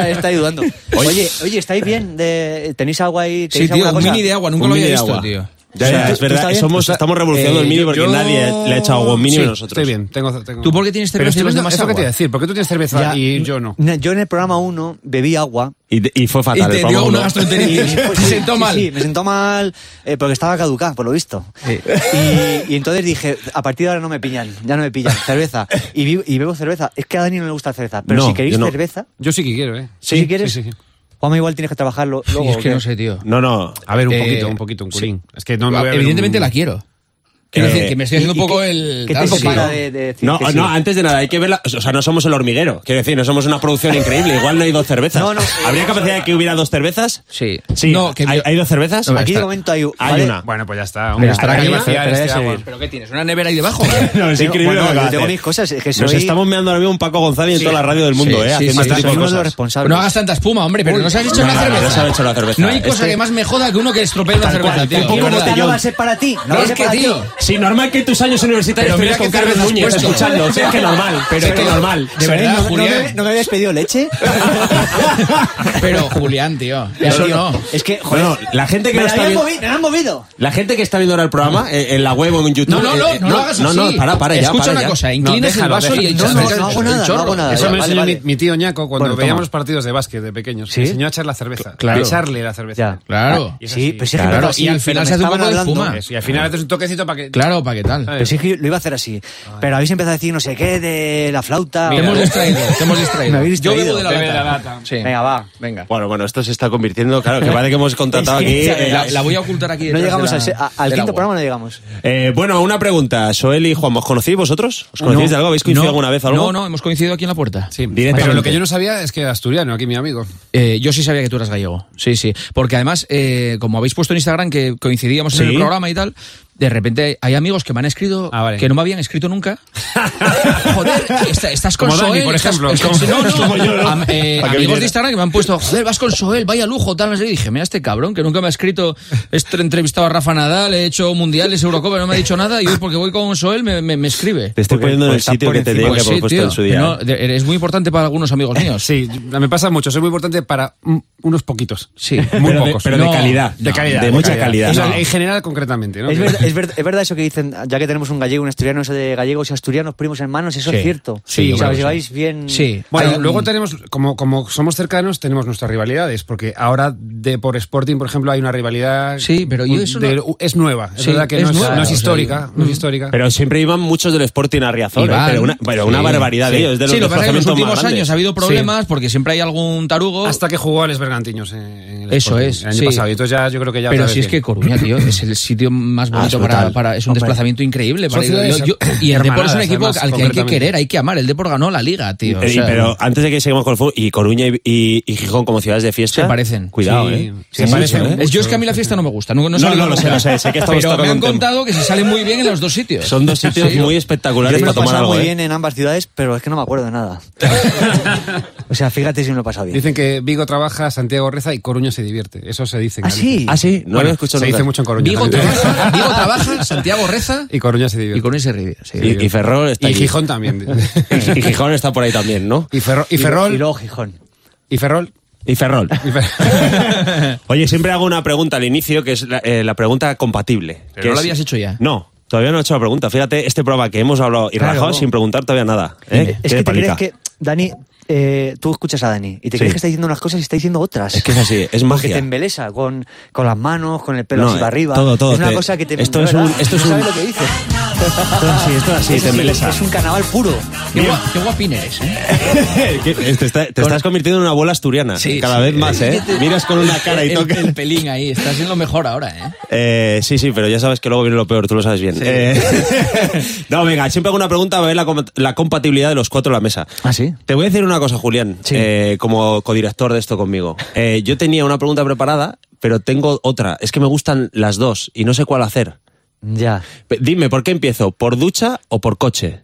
B: estáis dudando. Oye, oye, ¿estáis bien? De, ¿Tenéis agua ahí?
H: Sí,
B: ¿Tenéis
H: tío,
B: alguna
H: un
B: cosa?
H: mini de agua, nunca
A: Un
H: lo
A: mini
H: había
A: de
H: visto,
A: agua.
H: tío.
A: Ya,
B: O sea,
A: es
B: ¿tú estás
A: verdad,
B: bien?
A: somos,
B: O sea,
A: estamos revolucionando
G: Eh,
A: el mini
G: yo-
A: porque
G: yo-
A: nadie le ha echado agua un mini
G: Sí,
A: a nosotros.
G: Estoy bien, tengo. tengo-
H: ¿Tú por qué tienes
G: Pero
H: cerveza y
G: estoy
H: los
G: viendo-
H: demás
G: eso que te iba
H: agua?
G: a decir, ¿por qué tú tienes cerveza
B: Ya,
G: y yo no?
B: Yo en el programa 1 bebí agua.
A: Y, y fue
H: Y
A: fatal. ¿eh? el
H: te
A: programa
H: dio
A: uno.
H: una gastroenteritis.
B: pues,
H: Se
B: sí,
H: sentó
B: sí,
H: mal.
B: Sí, me sentó mal eh, porque estaba caducada, por lo visto. Y, y entonces dije, a partir de ahora no me pillan, ya no me pillan, cerveza. Y, vi- y bebo cerveza. Es que a Dani no le gusta la cerveza, pero
A: No,
B: si queréis
A: yo no.
B: cerveza,
G: Yo sí que quiero, ¿eh?
A: Sí,
B: si quieres,
G: sí, sí.
B: Juanma, igual tienes que trabajarlo luego.
H: es que
B: ¿o qué?
H: no sé, tío.
A: No, no.
G: A ver, un
H: Eh,
G: poquito, un poquito, un
H: sí.
G: culín. Ah, Es que no me voy a ver
H: Ah, Evidentemente
G: un-
H: la quiero. Quiero
A: Eh,
H: decir que me estoy
B: ¿Y-
H: haciendo un
B: y
H: poco
B: qué-
H: el...
B: qué te
H: tal, porque-
B: separa de, de decir
A: No,
B: que sí?
A: no, antes de nada, hay que verla. O sea, no somos el hormiguero. Quiero decir, no somos una producción increíble. Igual no hay dos cervezas.
B: No, eh, no.
A: ¿Habría capacidad de que hubiera dos cervezas?
H: Sí.
A: Sí.
H: No, que
A: ¿Hay,
H: yo-
A: hay dos cervezas?
H: No,
B: Aquí
H: está-
B: de momento hay,
A: Hay
B: vale,
A: una.
G: Bueno, pues ya está. hombre,
H: Pero estará
G: hay que
H: caliente,
G: vaciar
B: pero ya
G: este
B: se
G: agua.
B: ve.
H: ¿Pero qué tienes? ¿Una nevera ahí debajo?
A: No, es
B: Tengo-
A: increíble
B: bueno,
A: lo que
B: yo
A: va a
B: tengo
A: hacer.
B: mis cosas, es que
A: Nos
B: soy-
A: estamos meando ahora mismo un Paco González
H: Sí.
A: en toda la radio del mundo,
H: Sí,
A: ¿eh?
H: sí,
A: haciendo
H: sí,
A: este
H: sí,
A: tipo de
H: sí,
B: uno de los
A: cosas.
B: responsables.
H: No hagas tanta espuma, hombre, pero nos has hecho una
A: no, no,
H: cerveza.
A: no se ha hecho la cerveza.
H: No hay cosa
A: Este-
H: que más me joda que uno que estropee una cerveza, tío.
A: tampoco
H: de verdad.
B: Esta
A: botellón.
B: no va a ser para ti. No,
H: No,
B: va a
H: es
B: ser
H: que,
B: para
H: tío,
B: ti.
A: Sí, normal que tus años universitarios
H: Pero mira
A: estés con
H: qué cerveza
A: Carmen
H: has
A: Núñez
H: puesto.
A: escuchando. Sí, es que normal.
H: Pero
A: es que
H: que-
A: normal.
H: de
B: ¿No-
H: verdad,
B: no,
H: Julián.
B: me, ¿No me habías pedido leche?
H: Pero, Julián, tío, eso
B: Tío,
H: no.
B: Es que, joder.
A: Bueno, la gente que
B: me
A: no
B: la
A: está
B: habían
A: viendo-
B: movi- me la han movido.
A: La gente que está viendo ahora el programa, eh, en la web o en YouTube.
H: No, no, no,
A: eh,
H: no lo hagas
A: No,
H: así.
A: no, para, para, ya.
H: Escucha
A: para,
H: una
A: ya.
H: cosa, inclinas el
G: déjalo,
H: vaso y
G: déjalo.
H: echas
B: No,
H: echas
B: no hago
H: el
B: nada, no
H: chorro.
B: hago nada.
G: Eso me
B: Vale,
G: enseñó
B: vale.
G: Mi, mi tío Ñaco cuando
B: Bueno, toma.
G: veíamos los partidos de básquet de pequeños.
B: ¿Sí?
G: Me enseñó a echar la cerveza.
H: claro.
G: A Echarle la cerveza.
B: Ya.
H: Claro.
G: Y es
B: Sí,
G: así.
B: pero si es que
H: Claro,
B: me pasó,
H: y al
B: pero
H: final
B: me
H: se hace un
B: estaban
H: poco de
B: hablando.
H: espuma.
G: Eso, Y al final haces un toquecento para que.
H: Claro, ¿para qué tal?
B: Pero sí que lo iba a hacer así. Pero habéis empezado a decir no sé qué de la flauta.
H: Te hemos distraído, te hemos
B: Me
H: distraído.
B: habéis
H: Yo bebo
B: distraído.
H: de la
G: Bebe de la
H: lata.
G: lata.
H: Sí.
B: Venga, va.
H: Venga.
A: Bueno, bueno, esto se está convirtiendo, claro, que parece que hemos contratado
B: Es que
A: aquí.
B: ya
A: eh,
H: La, la voy a ocultar aquí.
B: No
H: detrás
B: llegamos
H: de
B: al
H: la-
B: se- a- al
H: del
B: quinto
H: agua.
B: programa, no llegamos.
A: eh, bueno, una pregunta. Soel y Juan, ¿os conocéis vosotros? ¿Os conocéis de algo? ¿Habéis coincidido
H: No,
A: alguna vez o algo?
H: No, no, hemos coincidido aquí en la puerta.
G: Sí,
A: Directamente.
G: pero lo que yo no sabía es que era asturiano, aquí mi amigo.
H: Eh, yo sí sabía que tú eras gallego. Sí, sí. Porque además, eh, como habéis puesto en Instagram que coincidíamos en
A: Sí.
H: el programa y tal, de repente hay amigos que me han escrito
G: Ah, vale.
H: que no me habían escrito nunca. joder, esta- estás con
G: Como Dani,
H: Soel.
G: por
H: estás-
G: ejemplo.
H: estás-
G: Como-
H: no, no,
G: como yo, ¿no?
H: am- eh,
G: Para que
H: amigos de
G: viniera.
H: Instagram que me han puesto, joder, vas con Soel, vaya lujo, tal. no sé qué. Y dije, mira, este cabrón que nunca me ha escrito. He entrevistado a Rafa Nadal, he hecho mundiales, Eurocopa, no me ha dicho nada. Y hoy, porque voy con Soel, me, me- me escribe.
A: Te estoy poniendo en el
B: está
A: sitio
B: por
A: que te digo que
H: Pues
A: he
H: sí,
A: puesto
H: tío,
A: en su
H: que
A: día.
G: ¿eh?
H: no, de- es muy importante para algunos amigos míos.
G: Sí, me pasa mucho. Soy muy importante para mm, unos poquitos.
H: Sí.
G: Muy
A: Pero de-
G: pocos.
A: pero de calidad.
G: De calidad.
A: De mucha calidad.
G: O sea,
A: No.
G: En general, concretamente. ¿no?
B: Es verdad, es, ver- es verdad eso que dicen, ya que tenemos un gallego, un asturiano, eso de gallegos y asturianos, primos hermanos, eso
I: Sí.
B: es cierto.
I: Sí,
B: o sea,
I: claro
B: os
I: que
B: lleváis bien.
I: Sí.
G: Bueno,
I: Hay un-
G: luego tenemos, como, como somos cercanos, tenemos nuestras rivalidades, porque ahora de por Sporting, por ejemplo, hay una rivalidad.
H: Sí, pero yo eso
G: de-
H: no-
G: es nueva. Es
H: Sí,
G: verdad que
H: es
G: no, es,
H: nueva,
G: no es
H: o sea,
G: histórica.
H: yo-
G: no es histórica.
A: Pero siempre iban muchos del Sporting a Riazor, ¿eh?
H: Iván.
A: pero una, pero una
H: Sí.
A: barbaridad de
H: Sí.
A: ellos. es de
H: sí,
A: los
H: lo que pasa es que en
A: desplazamientos
H: los
A: más
H: últimos
A: grandes.
H: años ha habido problemas porque siempre hay algún tarugo.
G: hasta que jugó a Les Bergantiños en, en el
H: Eso
G: Sporting,
H: es,
G: El año
H: sí.
G: pasado. Y entonces ya yo creo que ya.
H: pero
G: otra
H: si
G: vez
H: es que
G: bien.
H: Coruña, tío, es el sitio más bonito para, para- Es un desplazamiento increíble.
G: Son
H: para ir.
G: ciudades
H: Yo- yo- y el Depor es un
G: hermanadas,
H: equipo
G: además,
H: al que hay que
G: concretamente.
H: querer, hay que amar. El Depor ganó la liga, tío. o
A: Eh, y-
H: sea,
A: pero antes de que sigamos con el fútbol, y Coruña y, y- y Gijón como ciudades de fiesta.
H: Se parecen.
A: Cuidado,
G: Sí,
A: ¿eh?
G: se parecen
A: mucho, ¿eh?
H: es- yo es que a mí la fiesta no me gusta. No, no, sé
A: no,
H: lo
A: lo sé, lo sé, sé que estamos
H: Pero me
A: tocando
H: han
A: un tema.
H: contado que se sale muy bien en los dos sitios.
A: Son dos sitios
H: Sí.
A: muy
B: Yo
A: espectaculares
B: me
A: para
B: lo he
A: tomar
B: pasado
A: algo.
B: muy
A: ¿eh?
B: bien en ambas ciudades, pero es que no me acuerdo de nada. o sea, fíjate si me lo he pasado bien.
G: Dicen que Vigo trabaja, Santiago reza y Coruña se divierte. Eso se dice. en
B: ¿Ah,
G: Galicia.
B: sí?
A: Ah, sí, no
G: Bueno,
A: lo he escuchado
G: Se
A: nunca.
G: dice mucho en Coruña.
H: Diego
G: también.
H: trabaja, Diego trabaja, Santiago reza
G: Y Coruña se
H: y
G: divierte.
H: Coruña se ríe. sí.
A: Y, y Ferrol está
G: Y
A: allí.
G: Gijón también.
A: Y Gijón está por ahí también, ¿no?
G: Y, Ferro- y
B: Y- Y
G: Ferrol.
B: luego Gijón.
G: Y Ferrol.
A: Y Ferrol.
G: Y Fer-
A: Oye, siempre hago una pregunta al inicio, que es la, eh, la pregunta compatible.
H: Pero
A: que
H: no
A: es-
H: la habías hecho ya.
A: No, todavía no he hecho la pregunta. Fíjate, este programa que hemos hablado y
B: Claro.
A: rajado sin preguntar todavía nada. ¿eh? Tiene
B: Es que te
A: palica.
B: crees que, Dani, eh, tú escuchas a Dani y te
A: Sí.
B: crees que está diciendo unas cosas y está diciendo otras.
A: Es que es así, es
B: Porque
A: magia.
B: te embelesa con, con las manos, con el pelo
A: No,
B: así para
A: eh,
B: arriba.
A: todo, todo,
B: Es una
A: te-
B: cosa que te.
A: esto
B: de
A: es un-
B: verdad,
A: esto es
B: no
A: un-
B: sabes lo que dices.
A: Esto así, esto así,
B: Es
A: te
B: así,
A: embelesa.
B: Es un carnaval puro.
H: Qué, gua- qué guapín eres, ¿eh?
A: Que Te, está- te estás convirtiendo en una bola asturiana.
H: Sí,
A: cada
H: sí.
A: vez más, ¿eh? Miras con una cara y
H: El-
A: toca.
H: El, pelín ahí, estás en lo mejor ahora, ¿eh?
A: Eh, sí, sí, pero ya sabes que luego viene lo peor, tú lo sabes bien. Eh, no, venga, siempre hago una pregunta para ver la, com- la compatibilidad de los cuatro a la mesa.
B: ¿Ah, sí?
A: Te voy a decir una cosa, Julián,
B: Sí.
A: eh, como codirector de esto conmigo. Eh, yo tenía una pregunta preparada, pero tengo otra. Es que me gustan las dos y no sé cuál hacer.
B: Ya.
A: Pe- Dime, ¿por qué empiezo? ¿Por ducha o por coche?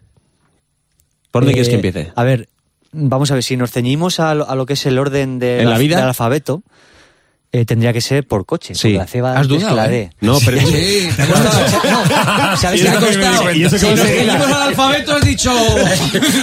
A: ¿Por dónde
B: Eh,
A: quieres que empiece?
B: A ver, vamos a ver, si nos ceñimos a lo, a lo que es el orden de
A: ¿En
B: la-
A: la vida?
B: del alfabeto, eh, tendría que ser por coche.
A: Sí.
B: porque La C va
H: Has
B: antes
H: dudado,
B: que la
H: ¿eh?
B: D.
A: No, pero...
H: Sí, te ha
B: No, ¿sabes
A: Y
B: qué?
A: eso que me di cuenta. Y eso que
H: Si
A: me
H: nos
A: di cuenta.
H: seguimos al alfabeto, has dicho.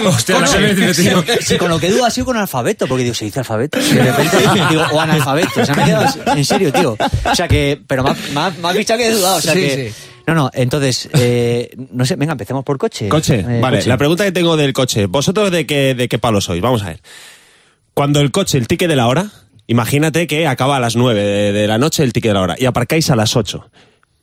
G: Hostia, la que me dice, tío.
B: Sí, con lo que dudo ha sido con alfabeto, porque digo, se dice alfabeto. Y de repente digo, o analfabeto. O sea, me he quedado en serio, tío. O sea que, pero me ha- me ha- me has dicho que he dudado. O sea
H: Sí,
B: que.
H: sí.
B: No, no, entonces, eh, no sé, venga, empecemos por coche.
A: Coche,
B: Eh,
A: vale.
B: coche.
A: La pregunta que tengo del coche. ¿Vosotros de qué, de qué palo sois? Vamos a ver. Cuando el coche, el ticket de la hora, imagínate que acaba a las 9 de, de la noche el ticket de la hora y aparcáis a las 8.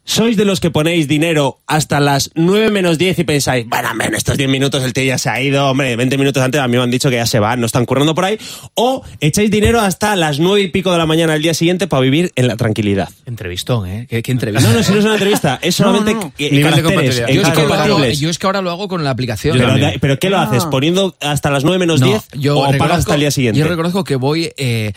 A: ¿Sois de los que ponéis dinero hasta las 9 menos 10 y pensáis, bueno, hombre, en estos 10 minutos el tío ya se ha ido, hombre, 20 minutos antes a mí me han dicho que ya se van, no están currando por ahí? ¿O echáis dinero hasta las 9 y pico de la mañana al día siguiente para vivir en la tranquilidad?
H: Entrevistón, ¿eh? Qué, qué entrevista.
A: No, no, si no es una entrevista, es solamente
B: no.
A: que-
G: Nivel de
A: caracteres,
G: compatibilidad.
H: Yo es, que lo hago-
A: incompatibles.
H: yo es que ahora lo hago con la aplicación.
A: Pero, de- ¿pero qué lo haces? ¿Poniendo hasta las 9 menos
H: No,
A: 10
H: yo
A: o
H: reconozco-
A: pagas hasta el día siguiente?
H: Yo reconozco que voy. eh,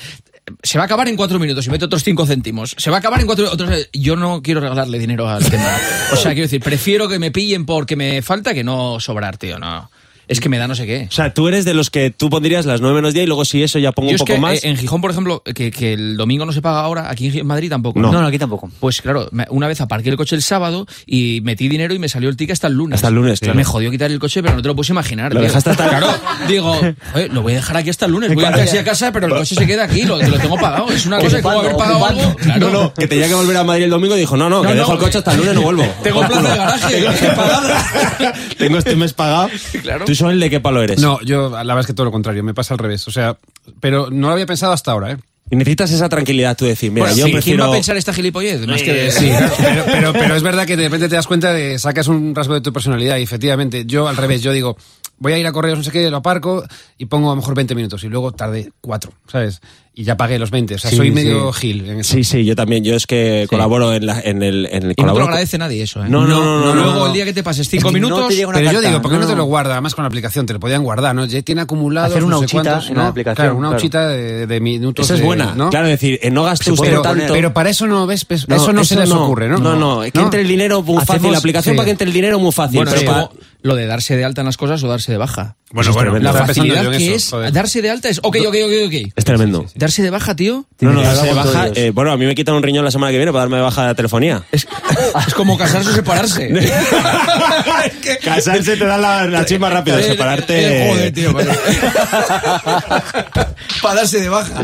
H: se va a acabar en cuatro minutos y meto otros cinco céntimos. Se va a acabar en cuatro otros. Yo no quiero regalarle dinero al tema. O sea, quiero decir, prefiero que me pillen porque me falta que no sobrar, tío. No. Es que me da no sé qué.
A: O sea, tú eres de los que tú pondrías las 9 menos 10 y luego si eso ya pongo
H: Yo
A: un
H: es
A: poco
H: que
A: más.
H: eh, en Gijón, por ejemplo, que, que el domingo no se paga ahora, aquí en Gi- en Madrid tampoco.
A: No.
B: No, no, aquí tampoco.
H: Pues claro, me- una vez aparqué el coche el sábado y metí dinero y me salió el ticket hasta el lunes.
A: Hasta el lunes, claro.
H: Me jodió quitar el coche, pero no te lo puedes imaginar.
A: Lo
H: tío.
A: dejaste hasta-
H: Claro, digo, "Oye, lo voy a dejar aquí hasta el lunes. Voy a taxi a casa, pero el coche se queda aquí. Lo, te lo tengo pagado. Es una cosa que como haber pagado algo. Claro.
A: No, no, que tenía que volver a Madrid el domingo y dijo, no, no, que
H: No, no.
A: dejo el coche hasta el lunes no vuelvo.
H: Tengo
A: Por
H: plaza de
A: culo.
H: garaje,
A: Tengo- este
H: he pagado.
A: Tengo este mes pagado.
H: Claro.
A: ¿Tú, Joel, de qué palo eres?
G: No, yo la verdad es que todo lo contrario, me pasa al revés. O sea, pero no lo había pensado hasta ahora, ¿eh?
A: Y necesitas esa tranquilidad, tú decir, mira,
H: Bueno,
A: yo
H: sí, ¿Quién
A: prefiero...
H: va a pensar esta gilipollez? Más que de-
G: Sí, claro, pero, pero, pero es verdad que de repente te das cuenta de sacas un rasgo de tu personalidad y efectivamente yo al revés, yo digo, voy a ir a correos, no sé qué, lo aparco y pongo a lo mejor 20 minutos y luego tardé 4, ¿sabes? Y ya pagué los 20, o sea,
A: Sí,
G: soy
A: sí.
G: medio gil en eso.
A: Sí, sí, yo también. Yo es que colaboro en, la- en el... En el
H: Y no te
A: colaboro-
H: lo agradece nadie eso, ¿eh?
A: No, no, no, no,
H: Luego
A: no,
H: el día que te pases
B: Es
H: cinco
B: que no
H: minutos.
B: te llega una
G: Pero yo
B: carta,
G: digo, ¿por qué no,
B: no.
G: te lo guarda? Además con la aplicación, te lo podían guardar, ¿no? Ya tiene acumulado
B: Hacer una
G: no sé
B: huchita
G: cuántos,
B: en la
G: ¿no?
B: aplicación,
G: Claro, una
B: claro.
G: huchita de, de minutos.
A: Esa es
G: de-
A: buena.
G: ¿no?
A: Claro, decir, eh, no gaste usted
G: Pero,
A: tanto...
G: pero para eso no ves, ves- eso no se les ocurre, ¿no?
A: No, no, es que entre el dinero muy
G: Hacemos-
A: fácil, la aplicación
G: sí.
A: para que entre el dinero muy fácil.
H: Bueno,
A: pero
H: es
A: para-
H: como lo de darse de alta en las cosas o darse de baja.
G: Bueno, bueno,
A: tremendo.
H: La
G: estaba pensando
H: facilidad
G: yo en
H: que
G: eso,
H: es
G: joder.
H: darse de alta es ok, ok, ok, ok.
A: Es tremendo.
H: Darse de baja, tío.
A: No, no,
B: Tiene que
A: darse de
B: hablar con
A: baja.
B: todos.
A: eh, bueno, a mí me quitan un riñón la semana que viene para darme de baja de telefonía.
H: Es, es como casarse o separarse. que-
A: Casarse te da la, la chispa rápido,
H: Eh, eh, eh,
A: separarte.
H: joder, tío, para, para darse de baja.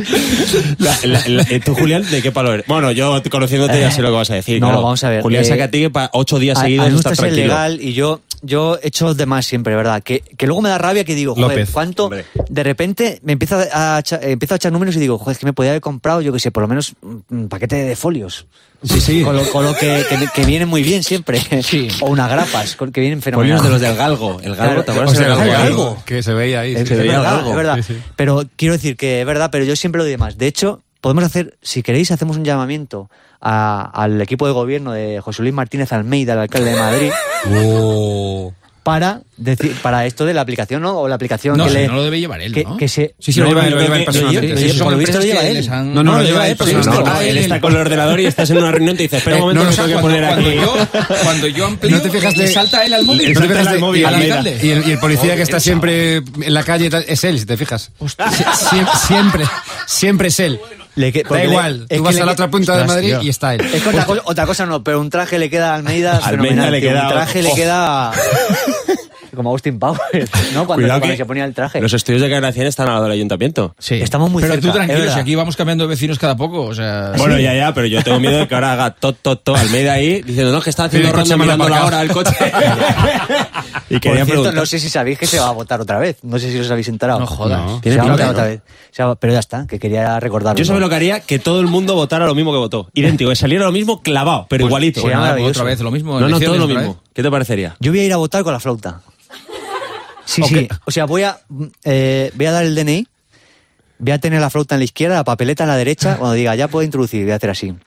A: La- la- la- eh, tú, Julián, ¿de qué palo eres? Bueno, yo conociéndote ya sé lo que vas a decir.
B: Eh, No,
A: claro.
B: vamos a ver,
A: Julián
B: eh,
A: saca a ti que para ocho días
B: A-
A: seguidos
B: a mí me
A: estás
B: gusta ser
A: tranquilo.
B: legal y yo, yo echo los demás siempre, ¿verdad? Que, que luego me da rabia que digo, joder,
G: López,
B: ¿cuánto?
A: hombre.
B: De repente me empiezo a, a echa- eh, empiezo a echar números y digo, joder, es que me podía haber comprado, yo que sé, por lo menos un- un paquete de folios.
G: Sí, sí.
B: Con lo, con lo que, que, que vienen muy bien siempre. o unas grapas, con- que vienen fenomenal.
I: Polígonos de los del galgo. El galgo,
B: Claro,
I: ¿te
B: o
I: acuerdas
B: sea,
I: del
B: el
I: galgo?
B: galgo.
G: Que se veía ahí.
I: Eh,
G: sí.
I: se
B: Es
I: veía
B: verdad,
I: algo.
B: es verdad.
G: Sí, sí.
B: Pero quiero decir que es verdad, pero yo siempre lo digo más. De hecho, podemos hacer, si queréis, hacemos un llamamiento a- al equipo de gobierno de José Luis Martínez Almeida, el alcalde de Madrid,
I: Oh.
B: para decir, para esto de la aplicación, ¿no? O la aplicación
H: No,
B: que
H: si
B: le-
H: no lo debe llevar él,
B: que,
H: ¿no?
B: que se
G: Sí, sí, lo
B: no,
G: lleva
B: no,
G: él, lo lleva él
B: no,
G: personalmente.
B: no,
G: Sí,
B: no,
G: sí,
B: por lo visto lo lleva él.
H: les han-
G: No, no, lo lleva él,
A: Sí,
G: personalmente.
A: no, él está con el ordenador y estás en una reunión y te dice, espera un
G: Eh,
A: momento,
G: no,
A: que tengo
G: no, o sea,
A: que poner
H: cuando,
A: aquí.
H: Yo, cuando yo amplío,
G: No te fijas
H: le
G: de-
H: salta él al móvil.
A: Le
G: ¿No te
A: salta
G: fijas
A: al
G: de-
A: móvil,
G: este, y
H: al
G: el-
H: alcalde.
G: Y el, y el policía que está siempre en la calle y tal, es él, si te fijas. Sie- siempre, siempre es él.
B: Le que- porque
G: da
B: le-
G: igual,
B: es
G: tú vas
B: que
G: a
B: le-
G: la otra punta de
B: Ostras,
G: Madrid
B: tío.
G: y está él. Pues
B: Es que otra cosa, otra cosa no, pero un traje le queda a Almeida
A: Almeida
B: fenomenal,
A: le
B: tío.
A: queda-
B: Un traje le
A: oh.
B: queda... Como Austin Powers, ¿no? Cuando,
A: Cuidado
B: cuando
A: que
B: se ponía el traje.
A: Los estudios de cadenación están al lado del ayuntamiento.
H: Sí.
B: Estamos muy
H: Pero
B: cerca,
H: tú
B: es
H: tranquilo,
B: verdad.
H: si aquí vamos cambiando de vecinos cada poco, o sea...
A: Bueno, ya, ya, pero yo tengo miedo de que ahora haga tot, tot, tot Almeida ahí diciendo, no, que está haciendo
G: el coche
A: ronda
G: mal
A: mirando la
G: aparcado.
A: hora el coche. y
B: Por
A: quería
B: cierto,
A: preguntar.
B: no sé si sabéis que se va a votar otra vez. No sé si os habéis enterado.
H: No jodas. No.
B: Se
A: Tiene
B: va a
A: pinta,
B: votar
A: ¿no?
B: otra vez. Se va- Pero ya está, que quería recordarlo.
A: Yo sabía lo que haría, que todo el mundo votara lo mismo que votó. Idéntico, que saliera lo mismo clavado,
B: Pues
H: pues
A: pero igualito.
B: sería
H: nada,
B: maravilloso.
H: otra vez lo
A: no,
H: mismo.
A: no, todo
H: elecciones,
A: lo
H: otra
A: mismo. ¿Qué te parecería?
B: Yo voy a ir a votar con la flauta. Sí, sí. O sea, voy a, mm, eh, voy a dar el DNI, voy a tener la flauta en la izquierda, la papeleta en la derecha. Cuando diga, ya puedo introducir, voy a hacer así.